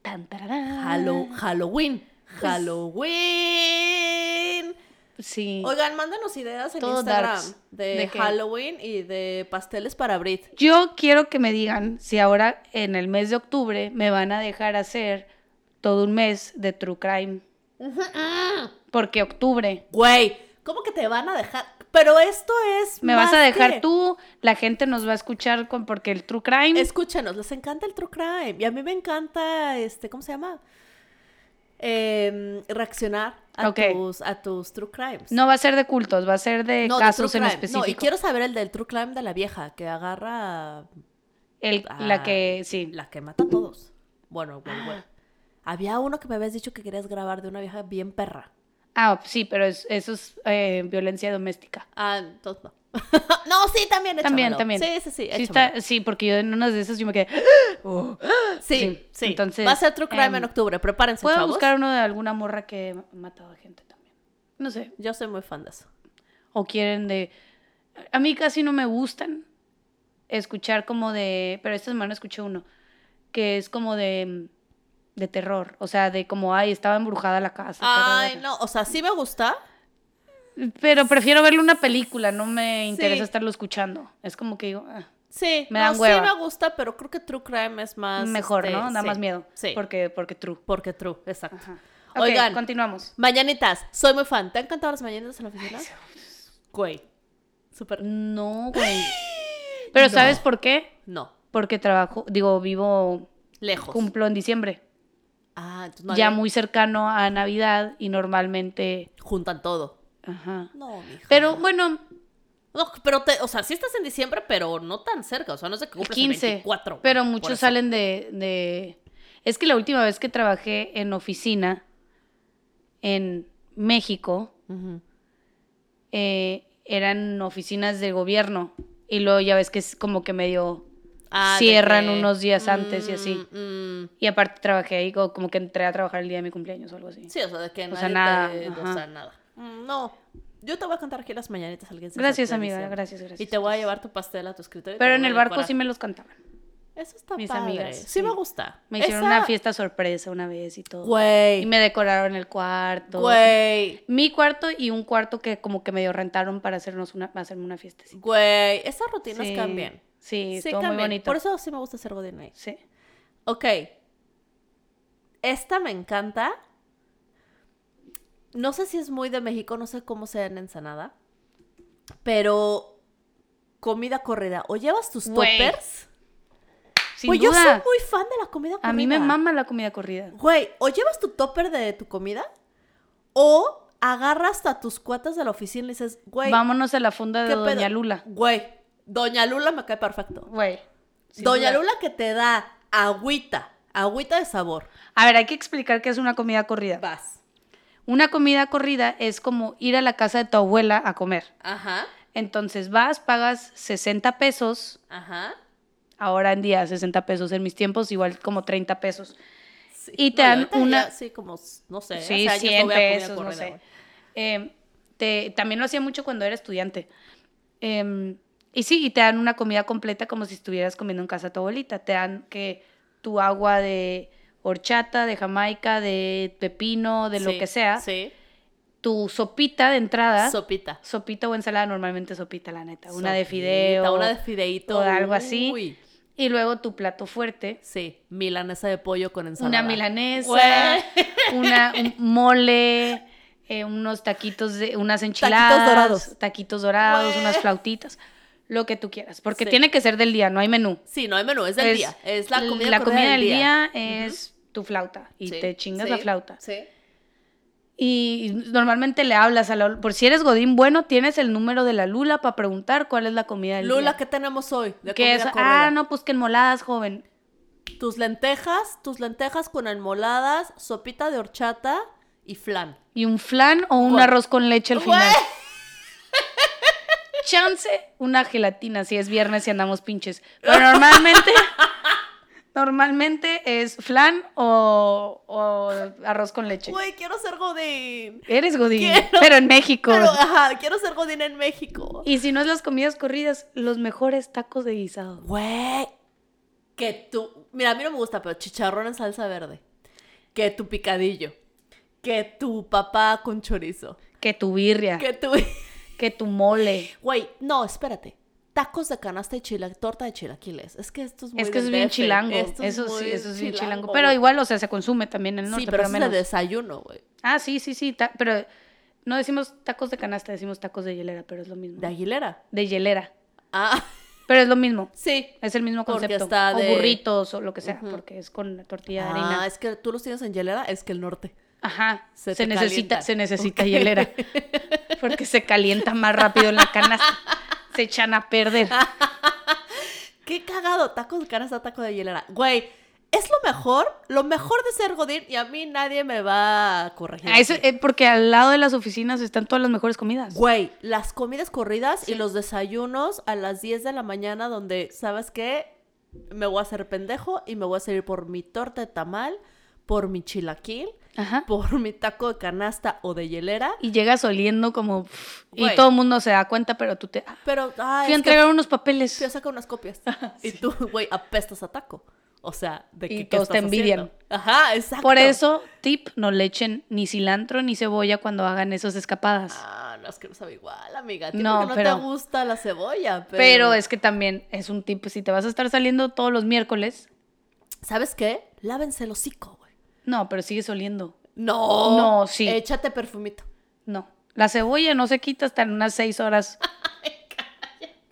Speaker 1: Tan, tararán.
Speaker 2: Hallo-
Speaker 1: Ah.
Speaker 2: Halloween. Halloween.
Speaker 1: Pues Sí.
Speaker 2: Oigan, mándanos ideas en
Speaker 1: Todo
Speaker 2: Instagram
Speaker 1: darks.
Speaker 2: de,
Speaker 1: ¿De qué?
Speaker 2: Halloween y de pasteles para Brit.
Speaker 1: Yo quiero que me digan si ahora en el mes de octubre me van a dejar hacer todo un mes de true crime. Porque octubre.
Speaker 2: Güey, ¿cómo que te van a dejar? Pero esto es.
Speaker 1: Me vas
Speaker 2: más
Speaker 1: a dejar
Speaker 2: que-
Speaker 1: tú, la gente nos va a escuchar con porque el true crime
Speaker 2: Escúchanos, les encanta el true crime. Y a mí me encanta, este, ¿cómo se llama? Em, reaccionar a,
Speaker 1: Ok.
Speaker 2: tus, a tus true crimes.
Speaker 1: no va a ser de cultos, va a ser de
Speaker 2: No, de
Speaker 1: casos
Speaker 2: true
Speaker 1: en
Speaker 2: crime. No,
Speaker 1: específico.
Speaker 2: y quiero saber el del true crime de la vieja que agarra
Speaker 1: El-
Speaker 2: Ah.
Speaker 1: la que sí.
Speaker 2: la que mata a todos. Bueno, güey, güey. Había uno que me habías dicho que querías grabar de una vieja bien perra.
Speaker 1: Ah, sí, pero es- eso es eh, violencia doméstica.
Speaker 2: Ah, entonces no. no, sí,
Speaker 1: También,
Speaker 2: también échamelo.
Speaker 1: también.
Speaker 2: Sí, sí, sí,
Speaker 1: Sí,
Speaker 2: échamelo.
Speaker 1: está- sí, porque yo en unas de esas yo me quedé. "Oh".
Speaker 2: Sí,
Speaker 1: sí,
Speaker 2: sí.
Speaker 1: entonces,
Speaker 2: Va a ser True Crime
Speaker 1: em,
Speaker 2: en octubre, prepárense,
Speaker 1: Puedo
Speaker 2: chavos.
Speaker 1: buscar uno de alguna morra que ha matado a gente también. No sé.
Speaker 2: Yo soy muy fan de eso.
Speaker 1: o quieren de... A mí casi no me gustan escuchar como de... Pero esta semana escuché uno, que es como de, de terror, o sea, de como, ay, estaba embrujada la casa.
Speaker 2: Ay,
Speaker 1: tarara".
Speaker 2: no, o sea, sí me gusta.
Speaker 1: Pero prefiero verle una película, no me interesa
Speaker 2: Sí.
Speaker 1: estarlo escuchando. Es como que digo, "Ah,
Speaker 2: Sí,
Speaker 1: Me
Speaker 2: no,
Speaker 1: dan
Speaker 2: sí
Speaker 1: hueva.
Speaker 2: me gusta, pero creo que True Crime es más...
Speaker 1: mejor,
Speaker 2: este,
Speaker 1: ¿no? Da
Speaker 2: sí,
Speaker 1: más miedo.
Speaker 2: Sí, porque,
Speaker 1: Porque, porque true.
Speaker 2: True, exacto.
Speaker 1: Ajá. Ok,
Speaker 2: Oigan,
Speaker 1: continuamos.
Speaker 2: mañanitas, soy muy fan. ¿Te han cantado las mañanitas en la oficina? Güey, súper...
Speaker 1: No, güey. Pero ¿sabes
Speaker 2: No.
Speaker 1: por qué?
Speaker 2: No,
Speaker 1: Porque trabajo, digo, vivo,
Speaker 2: lejos.
Speaker 1: cumplo en diciembre.
Speaker 2: Ah, entonces no
Speaker 1: ya
Speaker 2: había-
Speaker 1: muy cercano a Navidad y normalmente...
Speaker 2: Juntan todo.
Speaker 1: Ajá.
Speaker 2: No, mija.
Speaker 1: Pero bueno,
Speaker 2: No, pero te, o sea, sí estás en diciembre, pero no tan cerca, o sea, no sé qué
Speaker 1: el
Speaker 2: cumples
Speaker 1: 15.
Speaker 2: el 24. güey,
Speaker 1: pero
Speaker 2: por
Speaker 1: muchos
Speaker 2: eso.
Speaker 1: salen de, de... Es que la última vez que trabajé en oficina en México,
Speaker 2: Ujú.
Speaker 1: eh, eran oficinas de gobierno. Y luego ya ves que es como que medio...
Speaker 2: Ah, de
Speaker 1: Cierran
Speaker 2: que-
Speaker 1: unos días antes y así.
Speaker 2: mm.
Speaker 1: Y aparte trabajé ahí, co- como que entré a trabajar el día de mi cumpleaños o algo así.
Speaker 2: Sí, o sea, de que
Speaker 1: O sea,
Speaker 2: nada, te,
Speaker 1: nada,
Speaker 2: o sea,
Speaker 1: ajá.
Speaker 2: nada. Mm, No. Yo te voy a cantar aquí las mañanitas a alguien. se
Speaker 1: Gracias,
Speaker 2: acerca a
Speaker 1: amiga,
Speaker 2: diciembre.
Speaker 1: gracias, gracias.
Speaker 2: Y te voy a llevar tu pastel a tu escritorio. y te
Speaker 1: Pero
Speaker 2: voy
Speaker 1: en
Speaker 2: a
Speaker 1: el barco
Speaker 2: decorar.
Speaker 1: sí me los cantaban.
Speaker 2: Eso está
Speaker 1: Mis
Speaker 2: padre.
Speaker 1: amigas,
Speaker 2: Sí,
Speaker 1: sí.
Speaker 2: me gusta.
Speaker 1: Me hicieron
Speaker 2: Esa-
Speaker 1: una fiesta sorpresa una vez y todo.
Speaker 2: Güey.
Speaker 1: Y me decoraron el cuarto.
Speaker 2: Güey.
Speaker 1: Mi cuarto y un cuarto que como que medio rentaron para hacernos una, para hacerme una fiesta. Sí,
Speaker 2: Güey. Esas rutinas cambian.
Speaker 1: Sí,
Speaker 2: Sí,
Speaker 1: estuvo muy
Speaker 2: cambian.
Speaker 1: bonito.
Speaker 2: Por eso sí me gusta hacer Godin ahí.
Speaker 1: Sí.
Speaker 2: Ok. Esta me encanta. No sé si es muy de México, no sé cómo sea en ensanada. Pero comida corrida. O llevas tus
Speaker 1: Güey,
Speaker 2: toppers.
Speaker 1: Sin
Speaker 2: Pues yo soy
Speaker 1: duda.
Speaker 2: muy fan de la comida corrida.
Speaker 1: A mí me mama la comida corrida.
Speaker 2: Güey, o llevas tu topper de tu comida, o agarras a tus cuatas de la oficina y dices, güey,
Speaker 1: Vámonos a la funda de
Speaker 2: ¿qué pedo?
Speaker 1: Doña Lula.
Speaker 2: Güey, Doña Lula me cae perfecto.
Speaker 1: Güey. sin
Speaker 2: Doña
Speaker 1: duda.
Speaker 2: Lula que te da agüita, agüita de sabor.
Speaker 1: A ver, hay que explicar qué es una comida corrida.
Speaker 2: Vas.
Speaker 1: Una comida corrida es como ir a la casa de tu abuela a comer.
Speaker 2: Ajá,
Speaker 1: Entonces vas, pagas 60 pesos,
Speaker 2: ajá.
Speaker 1: ahora en día 60 pesos, en mis tiempos igual como 30 pesos.
Speaker 2: Sí.
Speaker 1: Y te
Speaker 2: No,
Speaker 1: dan
Speaker 2: ahorita
Speaker 1: una-
Speaker 2: ya, sí, como, no sé.
Speaker 1: Sí,
Speaker 2: hace años
Speaker 1: 100
Speaker 2: no voy a comida
Speaker 1: pesos, no
Speaker 2: corrida,
Speaker 1: sé.
Speaker 2: güey.
Speaker 1: Eh, te- también lo hacía mucho cuando era estudiante. Eh, y sí, y te dan una comida completa como si estuvieras comiendo en casa de tu abuelita. Te dan que tu agua de horchata, de jamaica, de pepino, de lo
Speaker 2: Sí,
Speaker 1: que sea,
Speaker 2: Sí,
Speaker 1: tu sopita de entrada,
Speaker 2: sopita.
Speaker 1: sopita o ensalada, normalmente sopita, la neta, una de
Speaker 2: Sopita,
Speaker 1: fideo,
Speaker 2: Una de fideíto.
Speaker 1: o de algo así.
Speaker 2: Uy,
Speaker 1: y luego tu plato fuerte,
Speaker 2: sí, milanesa de pollo con ensalada.
Speaker 1: Una milanesa,
Speaker 2: Güey.
Speaker 1: una, un mole, eh, unos taquitos, de, unas enchiladas.
Speaker 2: dorados.
Speaker 1: Taquitos dorados,
Speaker 2: Güey.
Speaker 1: unas flautitas, lo que tú quieras. Porque
Speaker 2: Sí.
Speaker 1: tiene que ser del día, no hay menú.
Speaker 2: Sí, no hay menú, es del
Speaker 1: Es
Speaker 2: día. Es la comida,
Speaker 1: la
Speaker 2: corrida
Speaker 1: comida
Speaker 2: del día.
Speaker 1: es tu flauta y
Speaker 2: Sí,
Speaker 1: te chingas
Speaker 2: sí,
Speaker 1: la flauta.
Speaker 2: Sí.
Speaker 1: Y normalmente le hablas a la... Por si eres Godín bueno, tienes el número de la Lula para preguntar cuál es la comida del
Speaker 2: Lula,
Speaker 1: día.
Speaker 2: ¿qué tenemos hoy? De
Speaker 1: Que
Speaker 2: comida
Speaker 1: es,
Speaker 2: corrida?
Speaker 1: ah, no, pues que enmoladas, joven.
Speaker 2: Tus lentejas, tus lentejas con enmoladas, sopita de horchata y flan.
Speaker 1: Y un flan o un
Speaker 2: Güey.
Speaker 1: arroz con leche al
Speaker 2: Güey.
Speaker 1: final. Chance, una gelatina, si es viernes y andamos pinches. Pero normalmente, normalmente es flan o, o arroz con leche.
Speaker 2: Güey, quiero ser Godín.
Speaker 1: Eres Godín,
Speaker 2: Quiero-
Speaker 1: pero en México.
Speaker 2: Pero, ajá, quiero ser Godín en México.
Speaker 1: Y si no es las comidas corridas, los mejores tacos de guisado.
Speaker 2: Güey, que tú. Mira, a mí no me gusta, pero chicharrón en salsa verde. Que tu picadillo. Que tu papá con chorizo.
Speaker 1: Que tu birria,
Speaker 2: Que tu.
Speaker 1: que tu mole.
Speaker 2: Güey, no, espérate. Tacos de canasta y chila, torta de chilaquiles. Es que esto es muy
Speaker 1: Es que eso
Speaker 2: del
Speaker 1: es bien
Speaker 2: DF.
Speaker 1: chilango.
Speaker 2: Esto es
Speaker 1: Eso sí,
Speaker 2: muy
Speaker 1: eso es bien chilango.
Speaker 2: güey.
Speaker 1: Pero igual, o sea, se consume también en el norte.
Speaker 2: sí, pero, eso es de
Speaker 1: menos.
Speaker 2: desayuno, güey.
Speaker 1: Ah, sí, sí, sí, ta- pero no decimos tacos de canasta, decimos tacos de hielera, pero es lo mismo.
Speaker 2: De Aguilera.
Speaker 1: De hielera,
Speaker 2: Ah,
Speaker 1: pero es lo mismo.
Speaker 2: sí.
Speaker 1: Es el mismo
Speaker 2: Porque
Speaker 1: concepto.
Speaker 2: está
Speaker 1: O
Speaker 2: de-
Speaker 1: burritos o lo que sea,
Speaker 2: Ujú.
Speaker 1: porque es con la tortilla de
Speaker 2: Ah,
Speaker 1: harina.
Speaker 2: es que tú los tienes en hielera, es que el norte.
Speaker 1: Ajá.
Speaker 2: se
Speaker 1: Se,
Speaker 2: te
Speaker 1: necesita,
Speaker 2: calienta.
Speaker 1: se necesita
Speaker 2: Ok.
Speaker 1: hielera. Porque se calienta más rápido en la canasta. se echan a perder.
Speaker 2: Ah, Qué cagado, tacos de canasta, taco de hielera. Güey, es lo mejor, lo mejor de ser Godín y a mí nadie me va a corregir.
Speaker 1: Ah, eso,
Speaker 2: aquí.
Speaker 1: eh, porque al lado de las oficinas están todas las mejores comidas.
Speaker 2: Güey, las comidas corridas y
Speaker 1: Sí.
Speaker 2: los desayunos a las 10 de la mañana donde, ¿sabes qué? Me voy a hacer pendejo y me voy a salir por mi torta de tamal, por mi chilaquil,
Speaker 1: Ajá.
Speaker 2: por mi taco de canasta o de hielera.
Speaker 1: Y llegas oliendo como... pff,
Speaker 2: Güey.
Speaker 1: Y todo el mundo se da cuenta, pero tú te... ah,
Speaker 2: Pero, ay,
Speaker 1: Fui a
Speaker 2: es que
Speaker 1: entregar unos papeles.
Speaker 2: fui a sacar unas copias. Y tú, güey, apestas a taco. O sea, de que
Speaker 1: Y
Speaker 2: ¿qué
Speaker 1: todos te
Speaker 2: estás
Speaker 1: envidian.
Speaker 2: haciendo? Ajá, exacto.
Speaker 1: Por eso, tip, no le echen ni cilantro ni cebolla cuando hagan esas escapadas.
Speaker 2: Ah, no, es que no sabe igual, amiga. Tiene
Speaker 1: No,
Speaker 2: que no
Speaker 1: pero-
Speaker 2: te gusta la cebolla, pero...
Speaker 1: pero... es que también es un tip, si te vas a estar saliendo todos los miércoles,
Speaker 2: ¿Sabes qué? Lávense el hocico, güey.
Speaker 1: no, pero sigues oliendo.
Speaker 2: No.
Speaker 1: No, sí.
Speaker 2: Échate perfumito.
Speaker 1: No, la cebolla no se quita hasta en unas seis horas.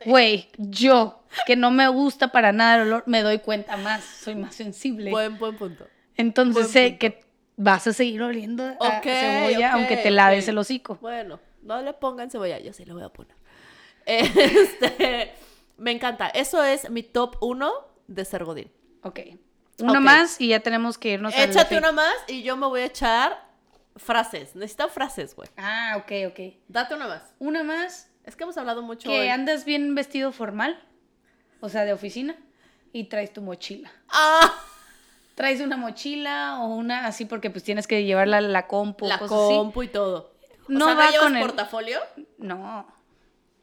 Speaker 1: Güey, yo, que no me gusta para nada el olor, me doy cuenta más, soy más sensible.
Speaker 2: Buen, buen punto.
Speaker 1: Entonces
Speaker 2: buen
Speaker 1: sé
Speaker 2: punto.
Speaker 1: que vas a seguir oliendo a
Speaker 2: Ok,
Speaker 1: Ah, cebolla
Speaker 2: ok,
Speaker 1: aunque te laves
Speaker 2: ok.
Speaker 1: el hocico.
Speaker 2: Bueno, no le pongan cebolla, yo sí le voy a poner. Este, me encanta. Eso es mi top 1 de ser godín.
Speaker 1: Ok, uno
Speaker 2: Ok.
Speaker 1: más y ya tenemos que irnos al
Speaker 2: Échate
Speaker 1: fin.
Speaker 2: una más y yo me voy a echar frases. Necesitan frases, güey.
Speaker 1: Ah, ok, ok.
Speaker 2: Date una más.
Speaker 1: Una más,
Speaker 2: Es que hemos hablado mucho hoy.
Speaker 1: que andas bien vestido formal, o sea, de oficina, y traes tu mochila.
Speaker 2: ¡Ah!
Speaker 1: Traes una mochila o una así porque pues tienes que llevarla a la compu,
Speaker 2: La
Speaker 1: cosas así.
Speaker 2: compu y todo. O
Speaker 1: No
Speaker 2: sea,
Speaker 1: va
Speaker 2: llevas
Speaker 1: con el-
Speaker 2: portafolio?
Speaker 1: No,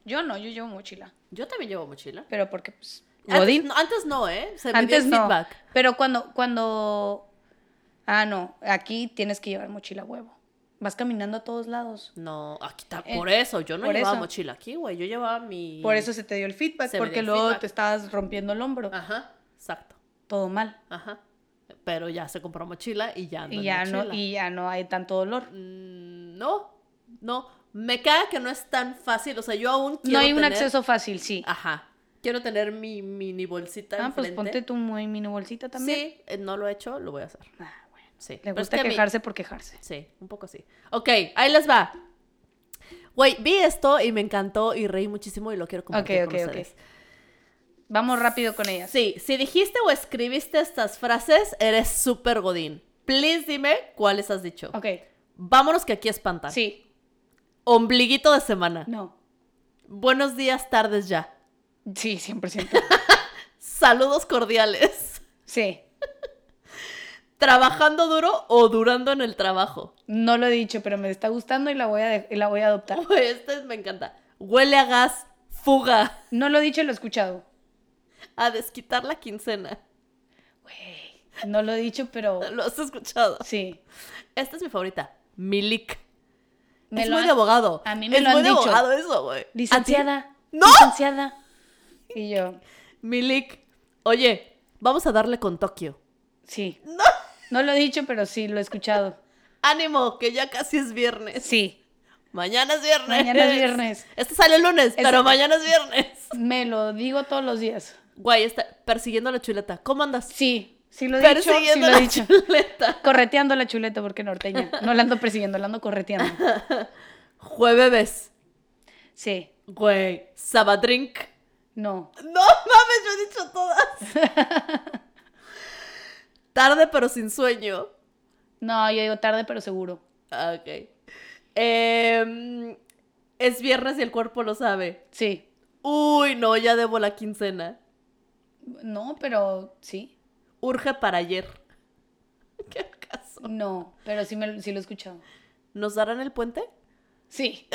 Speaker 1: yo no, yo llevo mochila,
Speaker 2: Yo también llevo mochila.
Speaker 1: pero porque pues, Godín.
Speaker 2: Antes, no, antes no, ¿eh? Se me dio
Speaker 1: Antes
Speaker 2: el
Speaker 1: no.
Speaker 2: feedback.
Speaker 1: Pero cuando, cuando. Ah, no. Aquí tienes que llevar mochila a huevo. Vas caminando a todos lados.
Speaker 2: No, aquí está.
Speaker 1: Eh,
Speaker 2: Por eso, yo no
Speaker 1: por
Speaker 2: llevaba
Speaker 1: eso.
Speaker 2: mochila aquí, güey. Yo llevaba mi.
Speaker 1: Por eso se te dio el feedback,
Speaker 2: Se me dio
Speaker 1: porque
Speaker 2: el
Speaker 1: luego
Speaker 2: feedback. Ah.
Speaker 1: te estabas rompiendo el hombro.
Speaker 2: Ajá, exacto.
Speaker 1: Todo mal.
Speaker 2: Ajá. Pero ya se compró mochila y ya ando
Speaker 1: Y
Speaker 2: en
Speaker 1: ya, no,
Speaker 2: mochila.
Speaker 1: y ya no hay tanto dolor.
Speaker 2: Mm, No, no. Me caga que no es tan fácil. O sea, yo aún quiero.
Speaker 1: No hay un
Speaker 2: tener-
Speaker 1: acceso fácil, sí.
Speaker 2: Ajá. Quiero tener mi mini bolsita.
Speaker 1: Ah, pues
Speaker 2: enfrente.
Speaker 1: ponte tu muy mini bolsita también.
Speaker 2: Sí, eh, no lo he hecho, lo voy a hacer.
Speaker 1: Ah, bueno.
Speaker 2: Sí.
Speaker 1: Le
Speaker 2: Pero es
Speaker 1: gusta
Speaker 2: que a mí-
Speaker 1: quejarse por quejarse.
Speaker 2: Sí, un poco así. Ok, ahí les va. Güey, vi esto y me encantó y reí muchísimo y lo quiero compartir
Speaker 1: Ok,
Speaker 2: con
Speaker 1: ok, ok.
Speaker 2: ustedes.
Speaker 1: Vamos rápido con ellas.
Speaker 2: Sí, si dijiste o escribiste estas frases, eres súper godín. Please dime cuáles has dicho.
Speaker 1: Ok.
Speaker 2: Vámonos que aquí espanta.
Speaker 1: Sí.
Speaker 2: Ombliguito de semana.
Speaker 1: No.
Speaker 2: Buenos días, tardes ya.
Speaker 1: Sí, 100%.
Speaker 2: Saludos cordiales.
Speaker 1: sí.
Speaker 2: ¿Trabajando duro o durando en el trabajo?
Speaker 1: No lo he dicho, pero me está gustando y la voy a, de- y la voy a adoptar.
Speaker 2: Güey, este me encanta. Huele a gas, fuga,
Speaker 1: No lo he dicho, lo he escuchado.
Speaker 2: a desquitar la quincena.
Speaker 1: Güey, No lo he dicho, pero
Speaker 2: ¿Lo has escuchado?
Speaker 1: sí.
Speaker 2: Esta es mi favorita. Milik.
Speaker 1: Me
Speaker 2: es
Speaker 1: lo
Speaker 2: muy
Speaker 1: han-
Speaker 2: de abogado.
Speaker 1: a mí me
Speaker 2: es
Speaker 1: lo han
Speaker 2: muy de
Speaker 1: dicho.
Speaker 2: abogado eso, güey. ¿A ti?
Speaker 6: Licenciada.
Speaker 2: ¡No!
Speaker 6: Licenciada.
Speaker 1: Y yo,
Speaker 2: Milik. Oye, vamos a darle con Tokio.
Speaker 1: sí. No. lo he dicho, pero sí, lo he escuchado.
Speaker 2: Ánimo, que ya casi es viernes.
Speaker 1: Sí.
Speaker 2: Mañana es viernes.
Speaker 1: Mañana es viernes.
Speaker 2: Este sale el lunes,
Speaker 1: Este-
Speaker 2: pero mañana es viernes.
Speaker 1: Me lo digo todos los días.
Speaker 2: Guay, está persiguiendo la chuleta. ¿Cómo andas?
Speaker 1: Sí, sí lo he dicho, sí
Speaker 2: persiguiendo
Speaker 1: lo he
Speaker 2: la
Speaker 1: dicho.
Speaker 2: chuleta.
Speaker 1: Correteando la chuleta porque norteña. No la ando persiguiendo, la ando correteando.
Speaker 2: Jueves.
Speaker 1: Sí.
Speaker 2: Güey. Sabadrink.
Speaker 1: No.
Speaker 2: No mames, yo he dicho todas. Tarde pero sin sueño.
Speaker 1: No, yo digo tarde, pero seguro.
Speaker 2: Ah, ok. Em, es viernes y el cuerpo lo sabe.
Speaker 1: Sí.
Speaker 2: Uy, no, ya debo la quincena.
Speaker 1: No, pero sí.
Speaker 2: Urge para ayer. ¿Qué acaso?
Speaker 1: No, pero sí, me, sí lo he escuchado.
Speaker 2: ¿Nos darán el puente?
Speaker 1: Sí.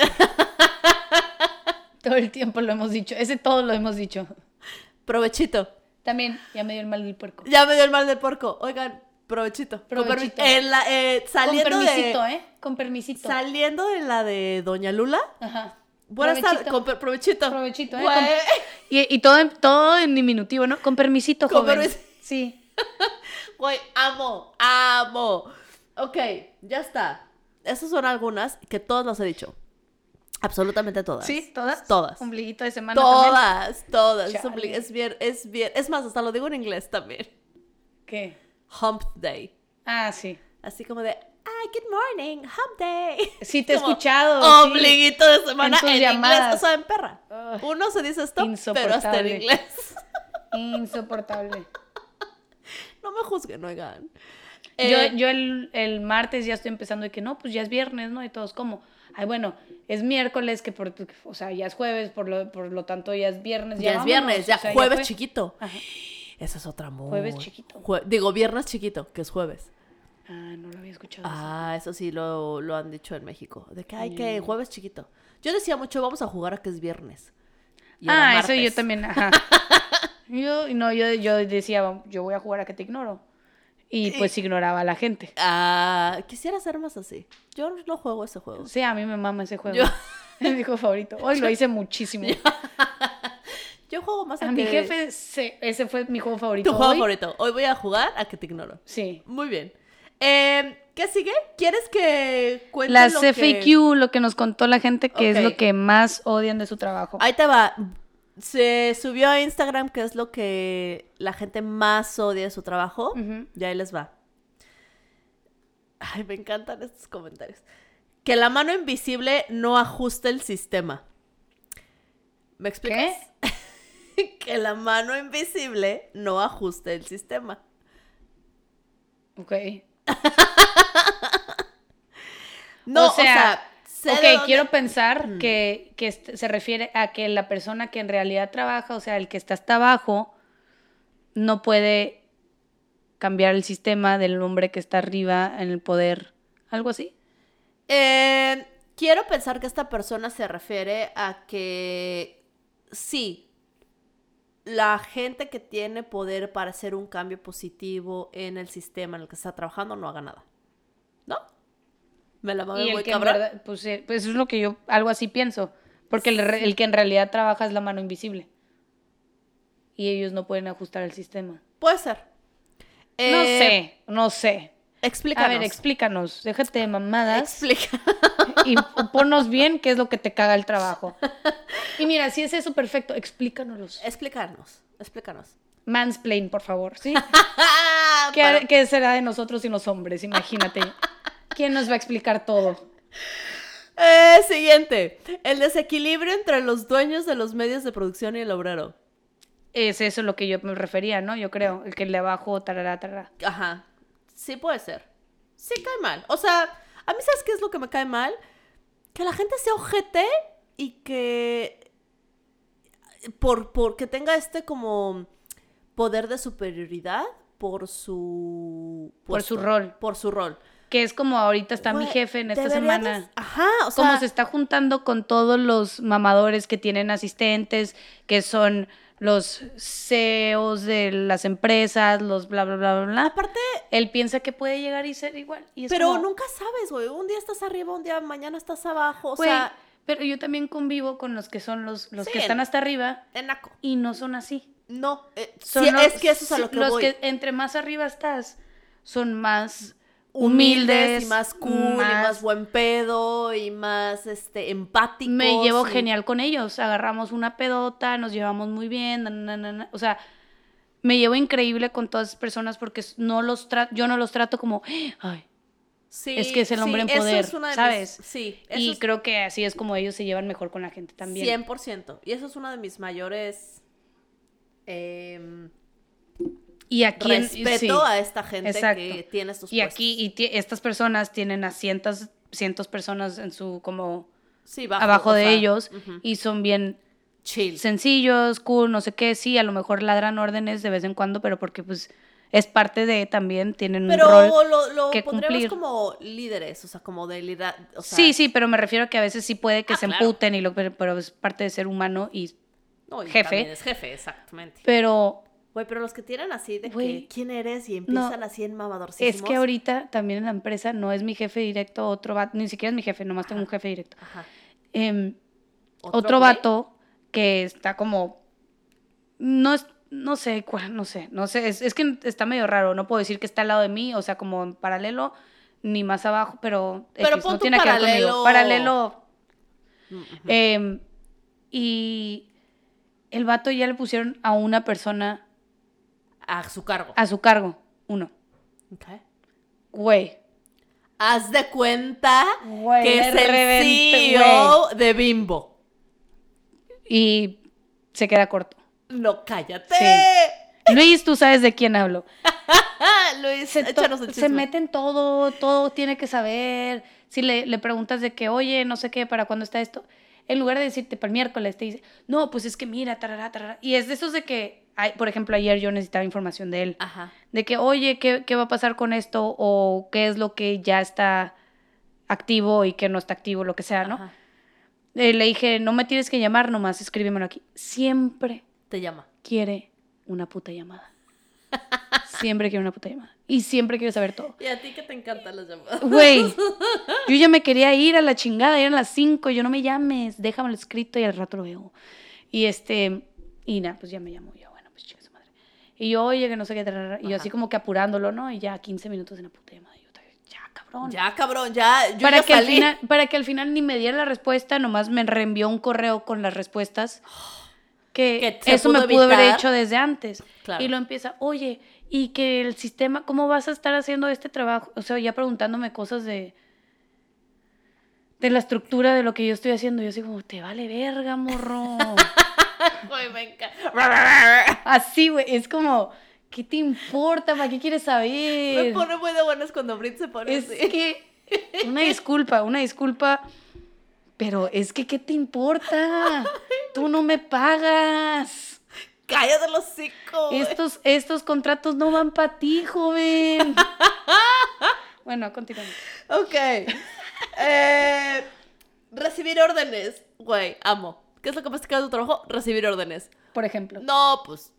Speaker 1: Todo el tiempo lo hemos dicho. Ese todo lo hemos dicho.
Speaker 2: Provechito.
Speaker 1: También, ya me dio el mal del puerco.
Speaker 2: Ya me dio el mal del porco. Oigan, provechito. Con permi-
Speaker 1: Provechito.
Speaker 2: en la, eh,
Speaker 1: Con
Speaker 2: saliendo,
Speaker 1: permisito,
Speaker 2: de,
Speaker 1: ¿eh? Con permisito.
Speaker 2: saliendo de la de Doña Lula.
Speaker 1: Ajá.
Speaker 2: Buenas
Speaker 1: Provechito.
Speaker 2: tardes. Con per- provechito.
Speaker 1: Provechito, ¿eh?
Speaker 2: Güey.
Speaker 1: Y, y todo, en, todo en diminutivo, ¿no? Con permisito,
Speaker 2: Con
Speaker 1: joven.
Speaker 2: permis-
Speaker 1: Sí.
Speaker 2: Güey, amo, amo. Ok, ya está. Esas son algunas que todas las he dicho. Absolutamente todas.
Speaker 1: Sí, todas.
Speaker 2: Todas.
Speaker 1: Ombliguito de semana también.
Speaker 2: Todas, todas. Es,
Speaker 1: Chale.
Speaker 2: obli- es bien, es bien. Es más, hasta lo digo en inglés también.
Speaker 1: ¿Qué?
Speaker 2: Hump day.
Speaker 1: Ah, sí.
Speaker 2: Así como de, ah, good morning, hump day.
Speaker 1: Sí, te he
Speaker 2: Como
Speaker 1: escuchado. sí.
Speaker 2: Ombliguito de semana
Speaker 1: En tus
Speaker 2: en, inglés.
Speaker 1: llamadas.
Speaker 2: O sea, en perra. Uno se dice esto, pero hasta en
Speaker 1: Insoportable.
Speaker 2: inglés.
Speaker 1: Insoportable.
Speaker 2: No me juzguen, oigan. Eh,
Speaker 1: Yo, yo el, el martes ya estoy empezando de que no, pues ya es viernes, ¿no? Y todos como, ay, bueno, es miércoles, que por, o sea, ya es jueves, por lo, por lo tanto ya es viernes.
Speaker 2: Ya es
Speaker 1: vámonos,
Speaker 2: viernes, ya
Speaker 1: o sea,
Speaker 2: jueves
Speaker 1: fue.
Speaker 2: chiquito.
Speaker 1: Ajá.
Speaker 2: Esa es otra muy...
Speaker 1: Jueves chiquito.
Speaker 2: Jue- Digo, viernes chiquito, que es jueves.
Speaker 1: Ah, no lo había escuchado.
Speaker 2: Ah, eso sí lo, lo han dicho en México. De que hay que jueves chiquito. Yo decía mucho, vamos a jugar a que es viernes. Y era
Speaker 1: ah, eso yo
Speaker 2: martes.
Speaker 1: también, ajá. yo, no, yo, yo decía, yo voy a jugar a que te ignoro. Y pues ignoraba a la gente.
Speaker 2: Ah, quisiera ser más así. Yo no juego ese juego.
Speaker 1: O sea, a mí me mama ese juego.
Speaker 2: Yo-
Speaker 1: Es mi juego favorito. Hoy lo hice muchísimo.
Speaker 2: Yo juego más a,
Speaker 1: A mi
Speaker 2: que-
Speaker 1: jefe, se- ese fue mi juego favorito.
Speaker 2: Tu juego
Speaker 1: hoy.
Speaker 2: favorito. Hoy voy a jugar a que te ignoro.
Speaker 1: Sí.
Speaker 2: Muy bien. Eh, ¿Qué sigue? ¿Quieres que cuente
Speaker 1: Las
Speaker 2: lo que-
Speaker 1: FAQ, lo que nos contó la gente que es
Speaker 2: Ok.
Speaker 1: lo que más odian de su trabajo.
Speaker 2: Ahí te va. Se subió a Instagram, que es lo que la gente más odia de su trabajo.
Speaker 1: Ujú.
Speaker 2: Y ahí les va. Ay, me encantan estos comentarios. Que la mano invisible no ajusta el sistema. ¿Me explicas? que la mano invisible no ajusta el sistema.
Speaker 1: Ok.
Speaker 2: No,
Speaker 1: O
Speaker 2: o sea,
Speaker 1: sea,
Speaker 2: sé de
Speaker 1: ok,
Speaker 2: dónde-
Speaker 1: quiero pensar que, que est- se refiere a que la persona que en realidad trabaja, o sea, el que está hasta abajo, no puede cambiar el sistema del hombre que está arriba en el poder. Algo así.
Speaker 2: Eh, quiero pensar que esta persona se refiere a que sí, la gente que tiene poder para hacer un cambio positivo en el sistema en el que está trabajando no haga nada. ¿No? Me la
Speaker 1: Y
Speaker 2: mamé
Speaker 1: el
Speaker 2: muy
Speaker 1: que en
Speaker 2: cabrón.
Speaker 1: verdad- pues, eh, pues eso es lo que yo, algo así pienso. Porque el, re- el que en realidad trabaja es la mano invisible. Y ellos no pueden ajustar el sistema.
Speaker 2: Puede ser.
Speaker 1: no
Speaker 2: Eh,
Speaker 1: sé, no sé. A
Speaker 2: Explícanos.
Speaker 1: ver, explícanos. Déjate de mamadas
Speaker 2: Explica.
Speaker 1: y ponnos bien qué es lo que te caga el trabajo. Y mira, si es eso, perfecto, explícanos.
Speaker 2: Explicarnos. Explícanos.
Speaker 1: Mansplain, por favor, ¿sí?
Speaker 2: Para-
Speaker 1: ¿Qué, qué será de nosotros y los hombres? Imagínate. ¿Quién nos va a explicar todo?
Speaker 2: Eh, siguiente. El desequilibrio entre los dueños de los medios de producción y el obrero.
Speaker 1: Es eso lo que yo me refería, ¿no? Yo creo, el que le abajo, tarará, tarará.
Speaker 2: Ajá. Sí puede ser. Sí cae mal. O sea, a mí sabes qué es lo que me cae mal? Que la gente sea ojete y que por porque tenga este como poder de superioridad por su
Speaker 1: Por su
Speaker 2: puesto,
Speaker 1: rol.
Speaker 2: por su rol.
Speaker 1: Que es como ahorita está mi
Speaker 2: Güey,
Speaker 1: jefe en esta
Speaker 2: debería de-
Speaker 1: semana.
Speaker 2: Ajá, o sea,
Speaker 1: como se está juntando con todos los mamadores que tienen asistentes, que son los CEOs de las empresas, los bla, bla, bla, bla, bla.
Speaker 2: aparte
Speaker 1: Él piensa que puede llegar y ser igual. y es
Speaker 2: pero
Speaker 1: como,
Speaker 2: nunca sabes, güey. Un día estás arriba, un día mañana estás abajo, o
Speaker 1: "Güey,
Speaker 2: sea,
Speaker 1: pero yo también convivo con los que son los, los
Speaker 2: Sí,
Speaker 1: que están
Speaker 2: el-
Speaker 1: hasta arriba
Speaker 2: enaco.
Speaker 1: y no son así.
Speaker 2: No, eh, sí,
Speaker 1: Son los-
Speaker 2: es que eso es a
Speaker 1: sí,
Speaker 2: lo que
Speaker 1: los
Speaker 2: voy.
Speaker 1: que entre más arriba estás son más humildes,
Speaker 2: humildes, y más cool y más buen pedo y más este empáticos.
Speaker 1: me llevo
Speaker 2: y-
Speaker 1: genial con ellos. Agarramos una pedota, nos llevamos muy bien. na, na, na, na. O sea, me llevo increíble con todas esas personas porque s- no los tra- yo no los trato como, ay.
Speaker 2: Sí,
Speaker 1: Es que es el hombre en
Speaker 2: eso
Speaker 1: poder,
Speaker 2: es una de mis-
Speaker 1: ¿sabes?
Speaker 2: sí, eso
Speaker 1: Y
Speaker 2: es
Speaker 1: creo que así es como ellos se llevan mejor con la gente también.
Speaker 2: 100%. Y eso es una de mis mayores em,
Speaker 1: Y aquí en- y-
Speaker 2: respeto
Speaker 1: sí.
Speaker 2: a esta gente
Speaker 1: Exacto.
Speaker 2: que tiene estos
Speaker 1: Y aquí y ti- estas personas tienen a cientos, cientos personas en su como abajo de ellos
Speaker 2: y
Speaker 1: y son bien
Speaker 2: chill.
Speaker 1: sencillos, cool, no sé qué, sí, a lo mejor ladran órdenes de vez en cuando, pero porque pues es parte de también tienen
Speaker 2: Pero
Speaker 1: un rol.
Speaker 2: lo, lo
Speaker 1: que
Speaker 2: pondríamos
Speaker 1: cumplir.
Speaker 2: como líderes, o sea, como de lidera- o sea,
Speaker 1: sí, sí, pero me refiero a que a veces sí puede que
Speaker 2: Ah,
Speaker 1: se
Speaker 2: claro.
Speaker 1: emputen y lo pero, pero es parte de ser humano y
Speaker 2: no, y
Speaker 1: jefe.
Speaker 2: también es jefe, exactamente.
Speaker 1: pero
Speaker 2: Güey, pero los que tienen así de
Speaker 1: Güey,
Speaker 2: que quién eres y empiezan así en mamadorcismos.
Speaker 1: es que ahorita también en la empresa no es mi jefe directo, otro vato, ni siquiera es mi jefe, nomás tengo un jefe directo.
Speaker 2: Ajá.
Speaker 1: Em, otro,
Speaker 2: güey?
Speaker 1: vato que está como no es no sé cuál, no sé, no sé, es, es que está medio raro, no puedo decir que está al lado de mí, o sea, como en paralelo ni más abajo, pero,
Speaker 2: Pero
Speaker 1: X,
Speaker 2: pon
Speaker 1: no
Speaker 2: tu
Speaker 1: tiene que ver conmigo.
Speaker 2: paralelo.
Speaker 1: Paralelo.
Speaker 2: Mm, ujú.
Speaker 1: em, y el vato ya le pusieron a una persona
Speaker 2: A su cargo.
Speaker 1: a su cargo, uno.
Speaker 2: Ok.
Speaker 1: Güey.
Speaker 2: Haz de cuenta
Speaker 1: Güey,
Speaker 2: que
Speaker 1: le
Speaker 2: es el
Speaker 1: reventé,
Speaker 2: CEO de Bimbo.
Speaker 1: Y se queda corto.
Speaker 2: No, cállate.
Speaker 1: Luis, tú sabes de quién hablo.
Speaker 2: Ah, Luis,
Speaker 1: se, to-
Speaker 2: échanos el
Speaker 1: se
Speaker 2: chisme.
Speaker 1: mete en todo, todo tiene que saber. Si le, le preguntas de que, oye, no sé qué, para cuándo está esto, en lugar de decirte para el miércoles, te dice, no, pues es que mira, tarará, tarará. Y es de esos de que, ay, por ejemplo, ayer yo necesitaba información de él,
Speaker 2: Ajá.
Speaker 1: de que, oye, ¿qué, ¿qué va a pasar con esto? O qué es lo que ya está activo y que no está activo, lo que sea, ¿no?
Speaker 2: ajá.
Speaker 1: Eh, le dije, no me tienes que llamar, nomás escríbemelo aquí. Siempre
Speaker 2: Te llama.
Speaker 1: quiere una puta llamada. Siempre quiere una puta llamada. Y siempre quiere saber todo.
Speaker 2: Y a ti que te encantan las llamadas.
Speaker 1: Güey, yo ya me quería ir a la chingada, eran las 5, yo no me llames, déjamelo escrito y al rato lo veo. Y este, y nada, pues ya me llamó, yo, bueno, pues chinga su madre. Y yo, oye, que no sé qué, tarara, y yo
Speaker 2: Ajá.
Speaker 1: así como que apurándolo, ¿no? Y ya 15 minutos en la puta llamada, y yo, ya, cabrón.
Speaker 2: Ya, cabrón, ya. Yo
Speaker 1: para,
Speaker 2: ya
Speaker 1: que al
Speaker 2: salí.
Speaker 1: final, para que al final ni me diera la respuesta, nomás me reenvió un correo con las respuestas. Que,
Speaker 2: Que se
Speaker 1: eso
Speaker 2: pudo
Speaker 1: me pudo haber
Speaker 2: evitar.
Speaker 1: hecho desde antes.
Speaker 2: Claro.
Speaker 1: Y lo empieza, oye, y que el sistema, ¿cómo vas a estar haciendo este trabajo? O sea, ya preguntándome cosas de, de la estructura de lo que yo estoy haciendo. Yo así como, te vale verga, morro.
Speaker 2: Güey, me encanta.
Speaker 1: así, güey, es como, ¿qué te importa? ¿Para qué quieres
Speaker 2: Me
Speaker 1: saber?
Speaker 2: pone muy de buenas cuando Brit se pone
Speaker 1: Es
Speaker 2: así.
Speaker 1: que, una disculpa, una disculpa, pero es que, ¿qué te importa? Tú no me pagas.
Speaker 2: Cállate los cinco.
Speaker 1: Estos, estos contratos no van para ti, joven. Bueno, continuamos.
Speaker 2: Ok. Eh, recibir órdenes. Güey, amo. ¿Qué es lo que más te queda de tu trabajo? Recibir órdenes.
Speaker 1: por ejemplo.
Speaker 2: No, pues,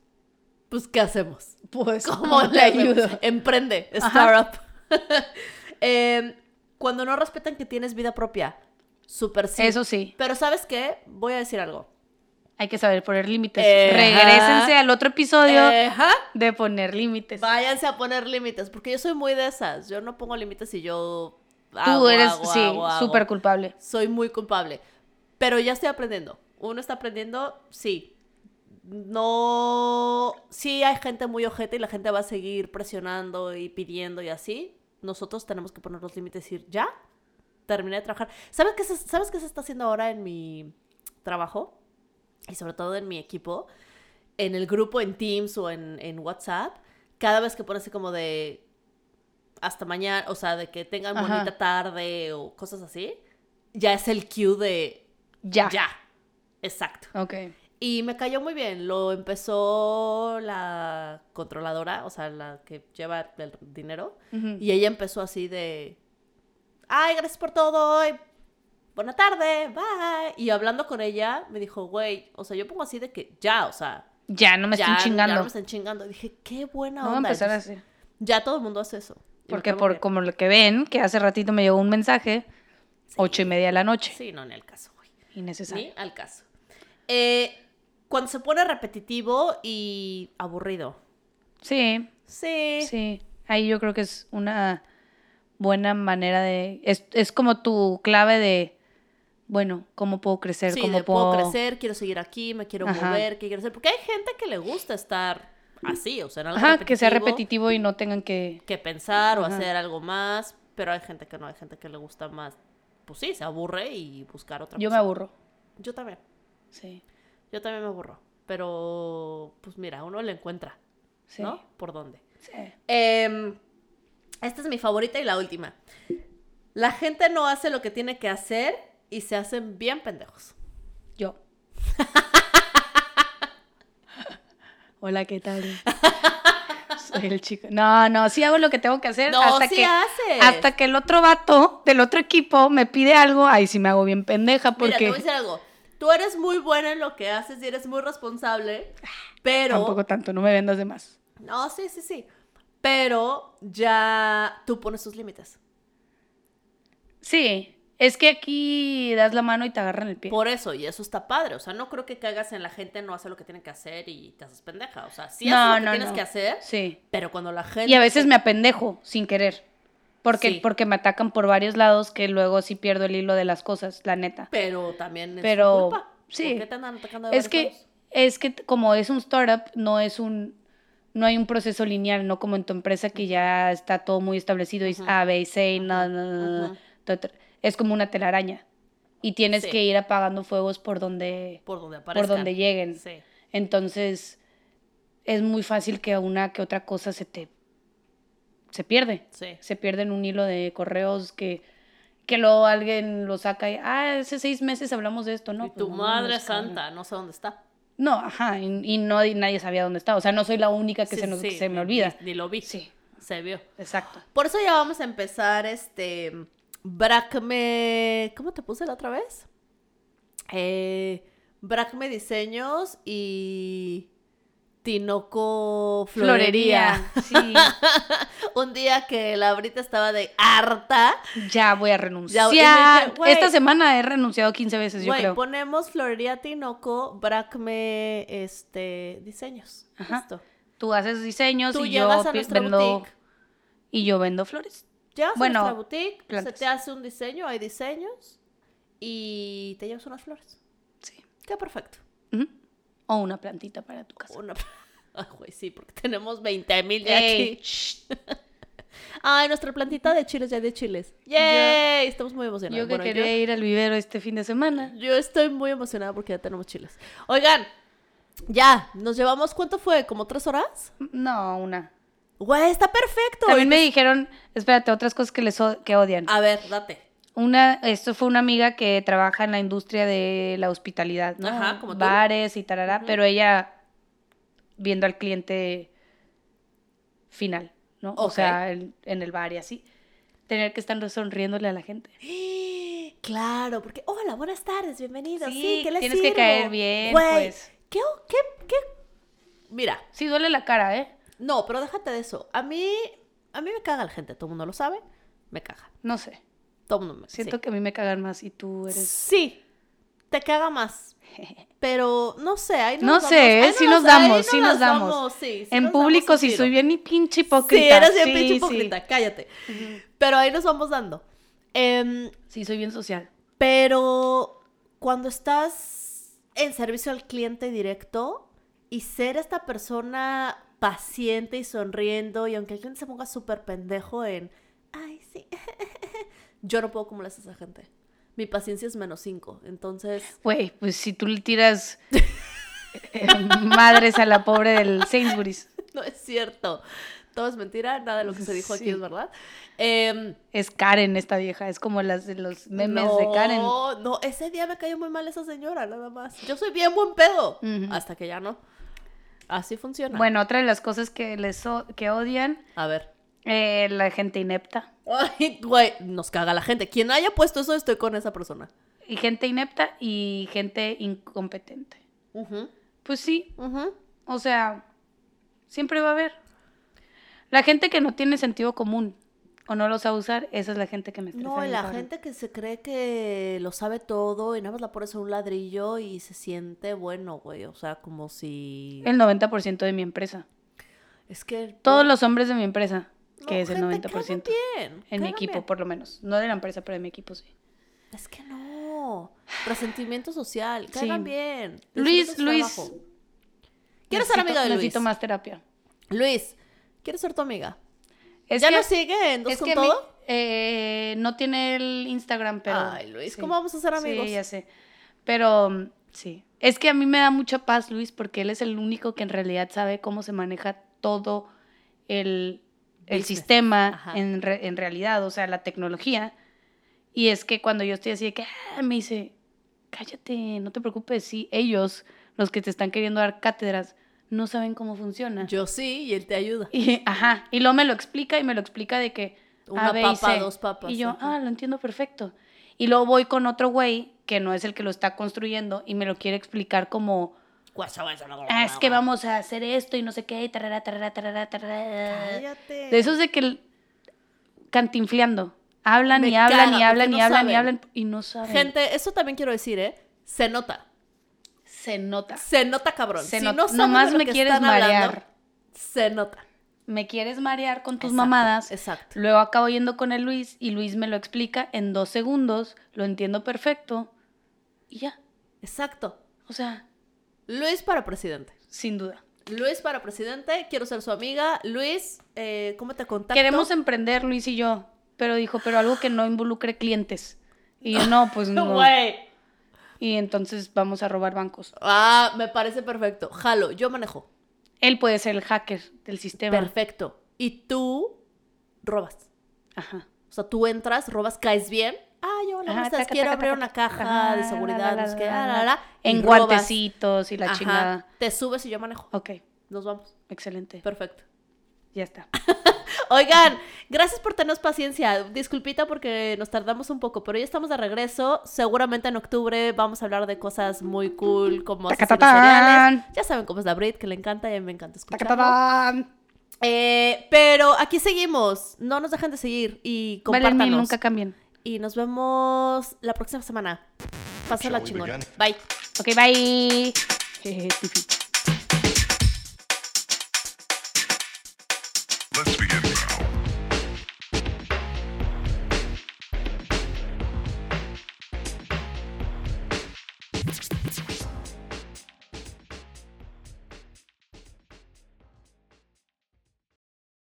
Speaker 2: pues, ¿qué hacemos?
Speaker 1: Pues,
Speaker 2: ¿Cómo le ayudo? Emprende, startup. Em, cuando no respetan que tienes vida propia, súper sí.
Speaker 1: Eso sí.
Speaker 2: Pero ¿sabes qué? Voy a decir algo.
Speaker 1: Hay que saber poner límites.
Speaker 2: Eh,
Speaker 1: Regrésense
Speaker 2: ajá. Eh,
Speaker 1: al otro episodio
Speaker 2: Ejá.
Speaker 1: de poner límites.
Speaker 2: Váyanse a poner límites, porque yo soy muy de esas. Yo no pongo límites y yo
Speaker 1: Tú
Speaker 2: hago,
Speaker 1: eres,
Speaker 2: hago,
Speaker 1: sí,
Speaker 2: hago, hago.
Speaker 1: súper culpable.
Speaker 2: Soy muy culpable. Pero ya estoy aprendiendo. Uno está aprendiendo, sí. No. Sí, hay gente muy ojete y la gente va a seguir presionando y pidiendo y así. Nosotros tenemos que poner los límites y ir ya. Terminé de trabajar. ¿Sabes qué se, ¿Sabes qué se está haciendo ahora en mi trabajo? Y sobre todo en mi equipo. En el grupo, en Teams o en, en WhatsApp. Cada vez que pones así como de. Hasta mañana, o sea, de que tengan
Speaker 1: Ajá.
Speaker 2: bonita tarde o cosas así ya es el cue de
Speaker 1: Ya.
Speaker 2: ya. Exacto.
Speaker 1: Ok.
Speaker 2: Y me cayó muy bien. Lo empezó la controladora, o sea, la que lleva el dinero.
Speaker 1: Ujú.
Speaker 2: Y ella empezó así de, ay, gracias por todo. y Buena tarde, bye. Y hablando con ella, me dijo, güey, o sea, yo pongo así de que ya, o sea,
Speaker 1: Ya, no me
Speaker 2: ya,
Speaker 1: están
Speaker 2: ya no
Speaker 1: chingando.
Speaker 2: me están chingando. Y dije, qué
Speaker 1: no,
Speaker 2: buena
Speaker 1: voy a
Speaker 2: onda.
Speaker 1: empezar
Speaker 2: Entonces,
Speaker 1: así.
Speaker 2: Ya todo el mundo hace eso. Y me
Speaker 1: Porque
Speaker 2: cae muy
Speaker 1: por
Speaker 2: bien.
Speaker 1: como lo que ven, que hace ratito me llegó un mensaje,
Speaker 2: Sí.
Speaker 1: ocho y media de la noche.
Speaker 2: Sí, no, ni al caso, güey.
Speaker 1: Innecesario.
Speaker 2: Ni al caso. Eh, cuando se pone repetitivo y aburrido.
Speaker 1: Sí,
Speaker 2: Sí.
Speaker 1: sí. Ahí yo creo que es una buena manera de... Es, es como tu clave de, bueno, ¿cómo puedo crecer?
Speaker 2: Sí,
Speaker 1: ¿Cómo
Speaker 2: de puedo crecer, quiero seguir aquí, me quiero
Speaker 1: Ajá.
Speaker 2: mover, que quiero hacer. Porque hay gente que le gusta estar así, o sea, en algo
Speaker 1: Ajá, que sea
Speaker 2: repetitivo,
Speaker 1: repetitivo y no tengan que...
Speaker 2: Que pensar o
Speaker 1: Ajá.
Speaker 2: hacer algo más, pero hay gente que no, hay gente que le gusta más. Pues sí, se aburre y buscar otra
Speaker 1: Yo me
Speaker 2: cosa.
Speaker 1: aburro.
Speaker 2: Yo también,
Speaker 1: Sí,
Speaker 2: yo también me aburro. Pero, pues mira, uno le encuentra,
Speaker 1: sí.
Speaker 2: ¿no? ¿Por dónde?
Speaker 1: sí.
Speaker 2: Em, esta es mi favorita y la última. La gente no hace lo que tiene que hacer y se hacen bien pendejos.
Speaker 1: Yo. Hola, ¿qué tal? Soy el chico. No, no, sí hago lo que tengo que hacer.
Speaker 2: No,
Speaker 1: hasta
Speaker 2: sí
Speaker 1: que,
Speaker 2: haces.
Speaker 1: Hasta que el otro vato del otro equipo me pide algo. Ahí sí me hago bien pendeja
Speaker 2: Mira, te
Speaker 1: porque
Speaker 2: voy a decir algo. Tú eres muy buena en lo que haces y eres muy responsable, pero...
Speaker 1: tampoco tanto, no me vendas de más.
Speaker 2: No, sí, sí, sí. Pero ya tú pones tus límites.
Speaker 1: Sí, es que aquí das la mano y te agarran el pie.
Speaker 2: Por eso, y eso está padre. O sea, no creo que cagas en la gente no hace lo que tiene que hacer y te haces pendeja. O sea, sí haces
Speaker 1: No,
Speaker 2: lo que
Speaker 1: no,
Speaker 2: tienes
Speaker 1: no.
Speaker 2: que hacer,
Speaker 1: Sí.
Speaker 2: pero cuando la gente...
Speaker 1: Y a veces me apendejo sin querer. Porque,
Speaker 2: Sí.
Speaker 1: porque me atacan por varios lados que luego sí pierdo el hilo de las cosas, la neta.
Speaker 2: Pero también es
Speaker 1: Pero,
Speaker 2: tu culpa.
Speaker 1: sí.
Speaker 2: ¿Por qué te andan atacando de
Speaker 1: Es
Speaker 2: varios
Speaker 1: que,
Speaker 2: lados?
Speaker 1: es que t- como es un startup, no es un, no hay un proceso lineal, no como en tu empresa que ya está todo muy establecido y es
Speaker 2: Ujú.
Speaker 1: A, B y C, y na, na, na, na,
Speaker 2: Ujú.
Speaker 1: ta, ta. es como una telaraña. Y tienes
Speaker 2: Sí.
Speaker 1: que ir apagando fuegos por donde,
Speaker 2: por donde
Speaker 1: por
Speaker 2: aparezcan.
Speaker 1: donde lleguen.
Speaker 2: Sí.
Speaker 1: Entonces, es muy fácil que una que otra cosa se te se pierde.
Speaker 2: Sí.
Speaker 1: Se pierde en un hilo de correos que, que luego alguien lo saca y, ah, hace seis meses hablamos de esto, ¿no?
Speaker 2: y
Speaker 1: pues
Speaker 2: tu
Speaker 1: no
Speaker 2: madre
Speaker 1: mames, cabrón".
Speaker 2: santa, no sé dónde está.
Speaker 1: No, ajá, y, y no, y nadie sabía dónde estaba. O sea, no soy la única que
Speaker 2: Sí,
Speaker 1: se, nos-
Speaker 2: sí,
Speaker 1: que se me
Speaker 2: ni-
Speaker 1: olvida.
Speaker 2: Ni, ni lo vi.
Speaker 1: Sí.
Speaker 2: Se vio.
Speaker 1: Exacto.
Speaker 2: Por eso ya vamos a empezar este. Bracme. ¿Cómo te puse la otra vez? Eh, Bracme Diseños y. Tinoco Florería.
Speaker 1: Sí,
Speaker 2: Un día que la Brita estaba de harta.
Speaker 1: ya voy a
Speaker 2: Ya
Speaker 1: renunciar.
Speaker 2: voy- y le dije, "Güey".
Speaker 1: Esta semana he renunciado 15 veces, Pues yo
Speaker 2: Güey,
Speaker 1: creo.
Speaker 2: ponemos Florería Tinoco, Bracme este, Diseños.
Speaker 1: Ajá.
Speaker 2: Listo.
Speaker 1: Tú haces diseños
Speaker 2: Tú
Speaker 1: y
Speaker 2: llegas
Speaker 1: yo
Speaker 2: a
Speaker 1: pi-
Speaker 2: nuestra
Speaker 1: vendo
Speaker 2: boutique.
Speaker 1: y yo vendo flores.
Speaker 2: Llegas
Speaker 1: Bueno,
Speaker 2: a nuestra boutique,
Speaker 1: plantas.
Speaker 2: se te hace un diseño, hay diseños y te llevas unas flores.
Speaker 1: Sí.
Speaker 2: Qué perfecto.
Speaker 1: Ujú. O una plantita para tu casa.
Speaker 2: Una... Ay, güey, sí, porque tenemos 20 mil de
Speaker 1: Ey,
Speaker 2: aquí. Ay, nuestra plantita de chiles ya de chiles. ¡Yay! Estamos muy emocionados.
Speaker 1: Yo que
Speaker 2: Bueno,
Speaker 1: quería ir al vivero este fin de semana.
Speaker 2: yo estoy muy emocionada porque ya tenemos chiles. Oigan, ya, nos llevamos, ¿cuánto fue? ¿Como tres horas?
Speaker 1: No, una.
Speaker 2: Güey, está perfecto.
Speaker 1: También me dijeron, espérate, otras cosas que les o- que odian.
Speaker 2: A ver, date.
Speaker 1: Una, esto fue una amiga que trabaja en la industria de la hospitalidad, ¿no?
Speaker 2: Ajá, como tú.
Speaker 1: Bares y tarará, pero ella viendo al cliente final, ¿no? O
Speaker 2: Ok.
Speaker 1: sea, en, en el bar y así. Tener que estar sonriéndole a la gente.
Speaker 2: Claro, porque hola, buenas tardes, bienvenido. Sí,
Speaker 1: Sí,
Speaker 2: ¿qué les
Speaker 1: tienes que
Speaker 2: sirvo?
Speaker 1: caer bien,
Speaker 2: Güey,
Speaker 1: pues.
Speaker 2: ¿Qué, qué, qué? Mira,
Speaker 1: Sí, duele la cara, ¿eh?
Speaker 2: no, pero déjate de eso. A mí, a mí me caga la gente, todo el mundo lo sabe, me caga.
Speaker 1: No sé.
Speaker 2: Todo el mundo me
Speaker 1: Siento
Speaker 2: sí.
Speaker 1: que a mí me cagan más y tú eres.
Speaker 2: Sí, te caga más. Pero no sé, ahí
Speaker 1: No
Speaker 2: nos
Speaker 1: sé,
Speaker 2: damos- ahí
Speaker 1: ¿eh?
Speaker 2: no
Speaker 1: sí nos
Speaker 2: las- ahí
Speaker 1: damos,
Speaker 2: no
Speaker 1: sí nos
Speaker 2: las
Speaker 1: damos.
Speaker 2: sí, sí
Speaker 1: en
Speaker 2: nos damos un
Speaker 1: público sí
Speaker 2: tiro.
Speaker 1: soy bien pinche hipócrita.
Speaker 2: Sí, eres bien pinche
Speaker 1: sí.
Speaker 2: hipócrita, cállate. Pero ahí nos vamos dando. Em,
Speaker 1: Sí, soy bien social.
Speaker 2: pero cuando estás en servicio al cliente directo y ser esta persona paciente y sonriendo, y aunque el cliente se ponga súper pendejo en, ay, sí, yo no puedo acumular a esa gente. Mi paciencia es menos 5, entonces...
Speaker 1: Güey, pues si tú le tiras eh, madres a la pobre del Sainsbury's,
Speaker 2: No es cierto. Todo es mentira, nada de lo que se dijo
Speaker 1: Sí.
Speaker 2: aquí es verdad. Em,
Speaker 1: es Karen esta vieja, es como las de los memes de Karen.
Speaker 2: No, no, ese día me cayó muy mal esa señora, nada más. Yo soy bien buen pedo.
Speaker 1: Ujú.
Speaker 2: Hasta que ya no. Así funciona.
Speaker 1: Bueno, otra de las cosas que les o- que odian,
Speaker 2: A ver.
Speaker 1: eh, la gente inepta.
Speaker 2: Ay, güey, nos caga la gente. Quien haya puesto eso, estoy con esa persona.
Speaker 1: Y gente inepta y gente incompetente.
Speaker 2: Ujú,
Speaker 1: Pues sí,
Speaker 2: ujú.
Speaker 1: o sea, siempre va a haber. La gente que no tiene sentido común o no lo sabe usar, esa es la gente que me estresa.
Speaker 2: No, y
Speaker 1: bien
Speaker 2: la
Speaker 1: cabrón.
Speaker 2: gente que se cree que lo sabe todo y nada más la pones en un ladrillo y se siente bueno, güey. O sea, como si.
Speaker 1: El 90% de mi empresa.
Speaker 2: Es que.
Speaker 1: Todos los hombres de mi empresa, que
Speaker 2: No,
Speaker 1: es el
Speaker 2: gente, caga
Speaker 1: 90%.
Speaker 2: bien,
Speaker 1: En mi
Speaker 2: caga
Speaker 1: equipo,
Speaker 2: bien.
Speaker 1: por lo menos. No de la empresa, pero de mi equipo, sí.
Speaker 2: Es que no. Resentimiento social. Cagan
Speaker 1: Sí.
Speaker 2: bien. Disfruta
Speaker 1: Luis,
Speaker 2: tu
Speaker 1: Luis.
Speaker 2: trabajo. Quiero ser
Speaker 1: necesito-
Speaker 2: amiga de Luis.
Speaker 1: Necesito más terapia.
Speaker 2: Luis, quiero ser tu amiga.
Speaker 1: Es
Speaker 2: ¿Ya
Speaker 1: que-
Speaker 2: nos sigue en dos
Speaker 1: es
Speaker 2: con
Speaker 1: que mi-
Speaker 2: todo?
Speaker 1: eh, no tiene el Instagram, pero...
Speaker 2: Ay, Luis, ¿cómo vamos a ser amigos?
Speaker 1: Sí, ya sé. Pero, mm, sí. Es que a mí me da mucha paz, Luis, porque él es el único que en realidad sabe cómo se maneja todo el, el
Speaker 2: Business.
Speaker 1: sistema
Speaker 2: Ajá.
Speaker 1: en, re- en realidad, o sea, la tecnología. Y es que cuando yo estoy así de que, "Ah", me dice, cállate, no te preocupes, sí, ellos, los que te están queriendo dar cátedras, no saben cómo funciona.
Speaker 2: Yo sí, y él te ayuda.
Speaker 1: Y, ajá, y luego me lo explica y me lo explica de que
Speaker 2: Una
Speaker 1: A, B y
Speaker 2: papa,
Speaker 1: C.
Speaker 2: dos papas,
Speaker 1: Y yo,
Speaker 2: ajá.
Speaker 1: ah, lo entiendo perfecto. Y luego voy con otro güey que no es el que lo está construyendo y me lo quiere explicar como, ah, es que vamos a hacer esto y no sé qué, y tarara, tarara, tarara, tarara".
Speaker 2: Cállate.
Speaker 1: eh, De esos de que el- cantinfleando. Hablan
Speaker 2: Me
Speaker 1: y hablan
Speaker 2: caga,
Speaker 1: y hablan
Speaker 2: porque
Speaker 1: y
Speaker 2: no
Speaker 1: hablan y
Speaker 2: saben.
Speaker 1: hablan y no saben.
Speaker 2: Gente, eso también quiero decir, ¿eh? Se nota.
Speaker 1: se nota.
Speaker 2: Se nota, cabrón.
Speaker 1: Se
Speaker 2: si
Speaker 1: nota.
Speaker 2: no saben
Speaker 1: Nomás
Speaker 2: de lo
Speaker 1: me
Speaker 2: que
Speaker 1: quieres
Speaker 2: están hablando,
Speaker 1: marear.
Speaker 2: se nota.
Speaker 1: Me quieres marear con tus
Speaker 2: Exacto,
Speaker 1: mamadas.
Speaker 2: Exacto.
Speaker 1: Luego acabo yendo con el Luis y Luis me lo explica en dos segundos, lo entiendo perfecto y ya.
Speaker 2: Exacto.
Speaker 1: O sea,
Speaker 2: Luis para presidente.
Speaker 1: sin duda.
Speaker 2: Luis para presidente, quiero ser su amiga. Luis, eh, ¿cómo te contacto?
Speaker 1: Queremos emprender Luis y yo, pero dijo, pero algo que no involucre clientes. Y yo, no, pues no.
Speaker 2: Güey.
Speaker 1: Y entonces vamos a robar bancos.
Speaker 2: Ah, me parece perfecto. Jalo, yo manejo.
Speaker 1: Él puede ser el hacker del sistema.
Speaker 2: Perfecto. Y tú robas.
Speaker 1: Ajá.
Speaker 2: O sea, tú entras, robas, caes bien. Ah, yo
Speaker 1: Ajá,
Speaker 2: hola, ¿cómo estás?
Speaker 1: taca,
Speaker 2: quiero
Speaker 1: taca,
Speaker 2: abrir
Speaker 1: taca,
Speaker 2: una
Speaker 1: taca.
Speaker 2: caja de
Speaker 1: Ajá,
Speaker 2: seguridad,
Speaker 1: la, la,
Speaker 2: no sé qué,
Speaker 1: la,
Speaker 2: la,
Speaker 1: la,
Speaker 2: la, la, y
Speaker 1: En
Speaker 2: robas.
Speaker 1: guantecitos y la
Speaker 2: Ajá,
Speaker 1: chingada.
Speaker 2: Te subes y yo manejo.
Speaker 1: Ok,
Speaker 2: Nos vamos.
Speaker 1: excelente.
Speaker 2: Perfecto.
Speaker 1: Ya está.
Speaker 2: Oigan, gracias por tenernos paciencia. Disculpita porque nos tardamos un poco, pero ya estamos de regreso. Seguramente en octubre vamos a hablar de cosas muy cool como asesinos
Speaker 1: Tacatatán.
Speaker 2: seriales. Ya saben cómo es la Brit, que le encanta y a mí me encanta escucharlo.
Speaker 1: Tacatabán.
Speaker 2: Eh, pero aquí seguimos. No nos dejen de seguir y
Speaker 1: Valen mil,
Speaker 2: compártanos.
Speaker 1: nunca cambien.
Speaker 2: Y nos vemos la próxima semana. Pásenla
Speaker 3: Shall we
Speaker 2: chingón.
Speaker 3: begin?
Speaker 2: Bye.
Speaker 1: Ok, bye. Jeje, difícil.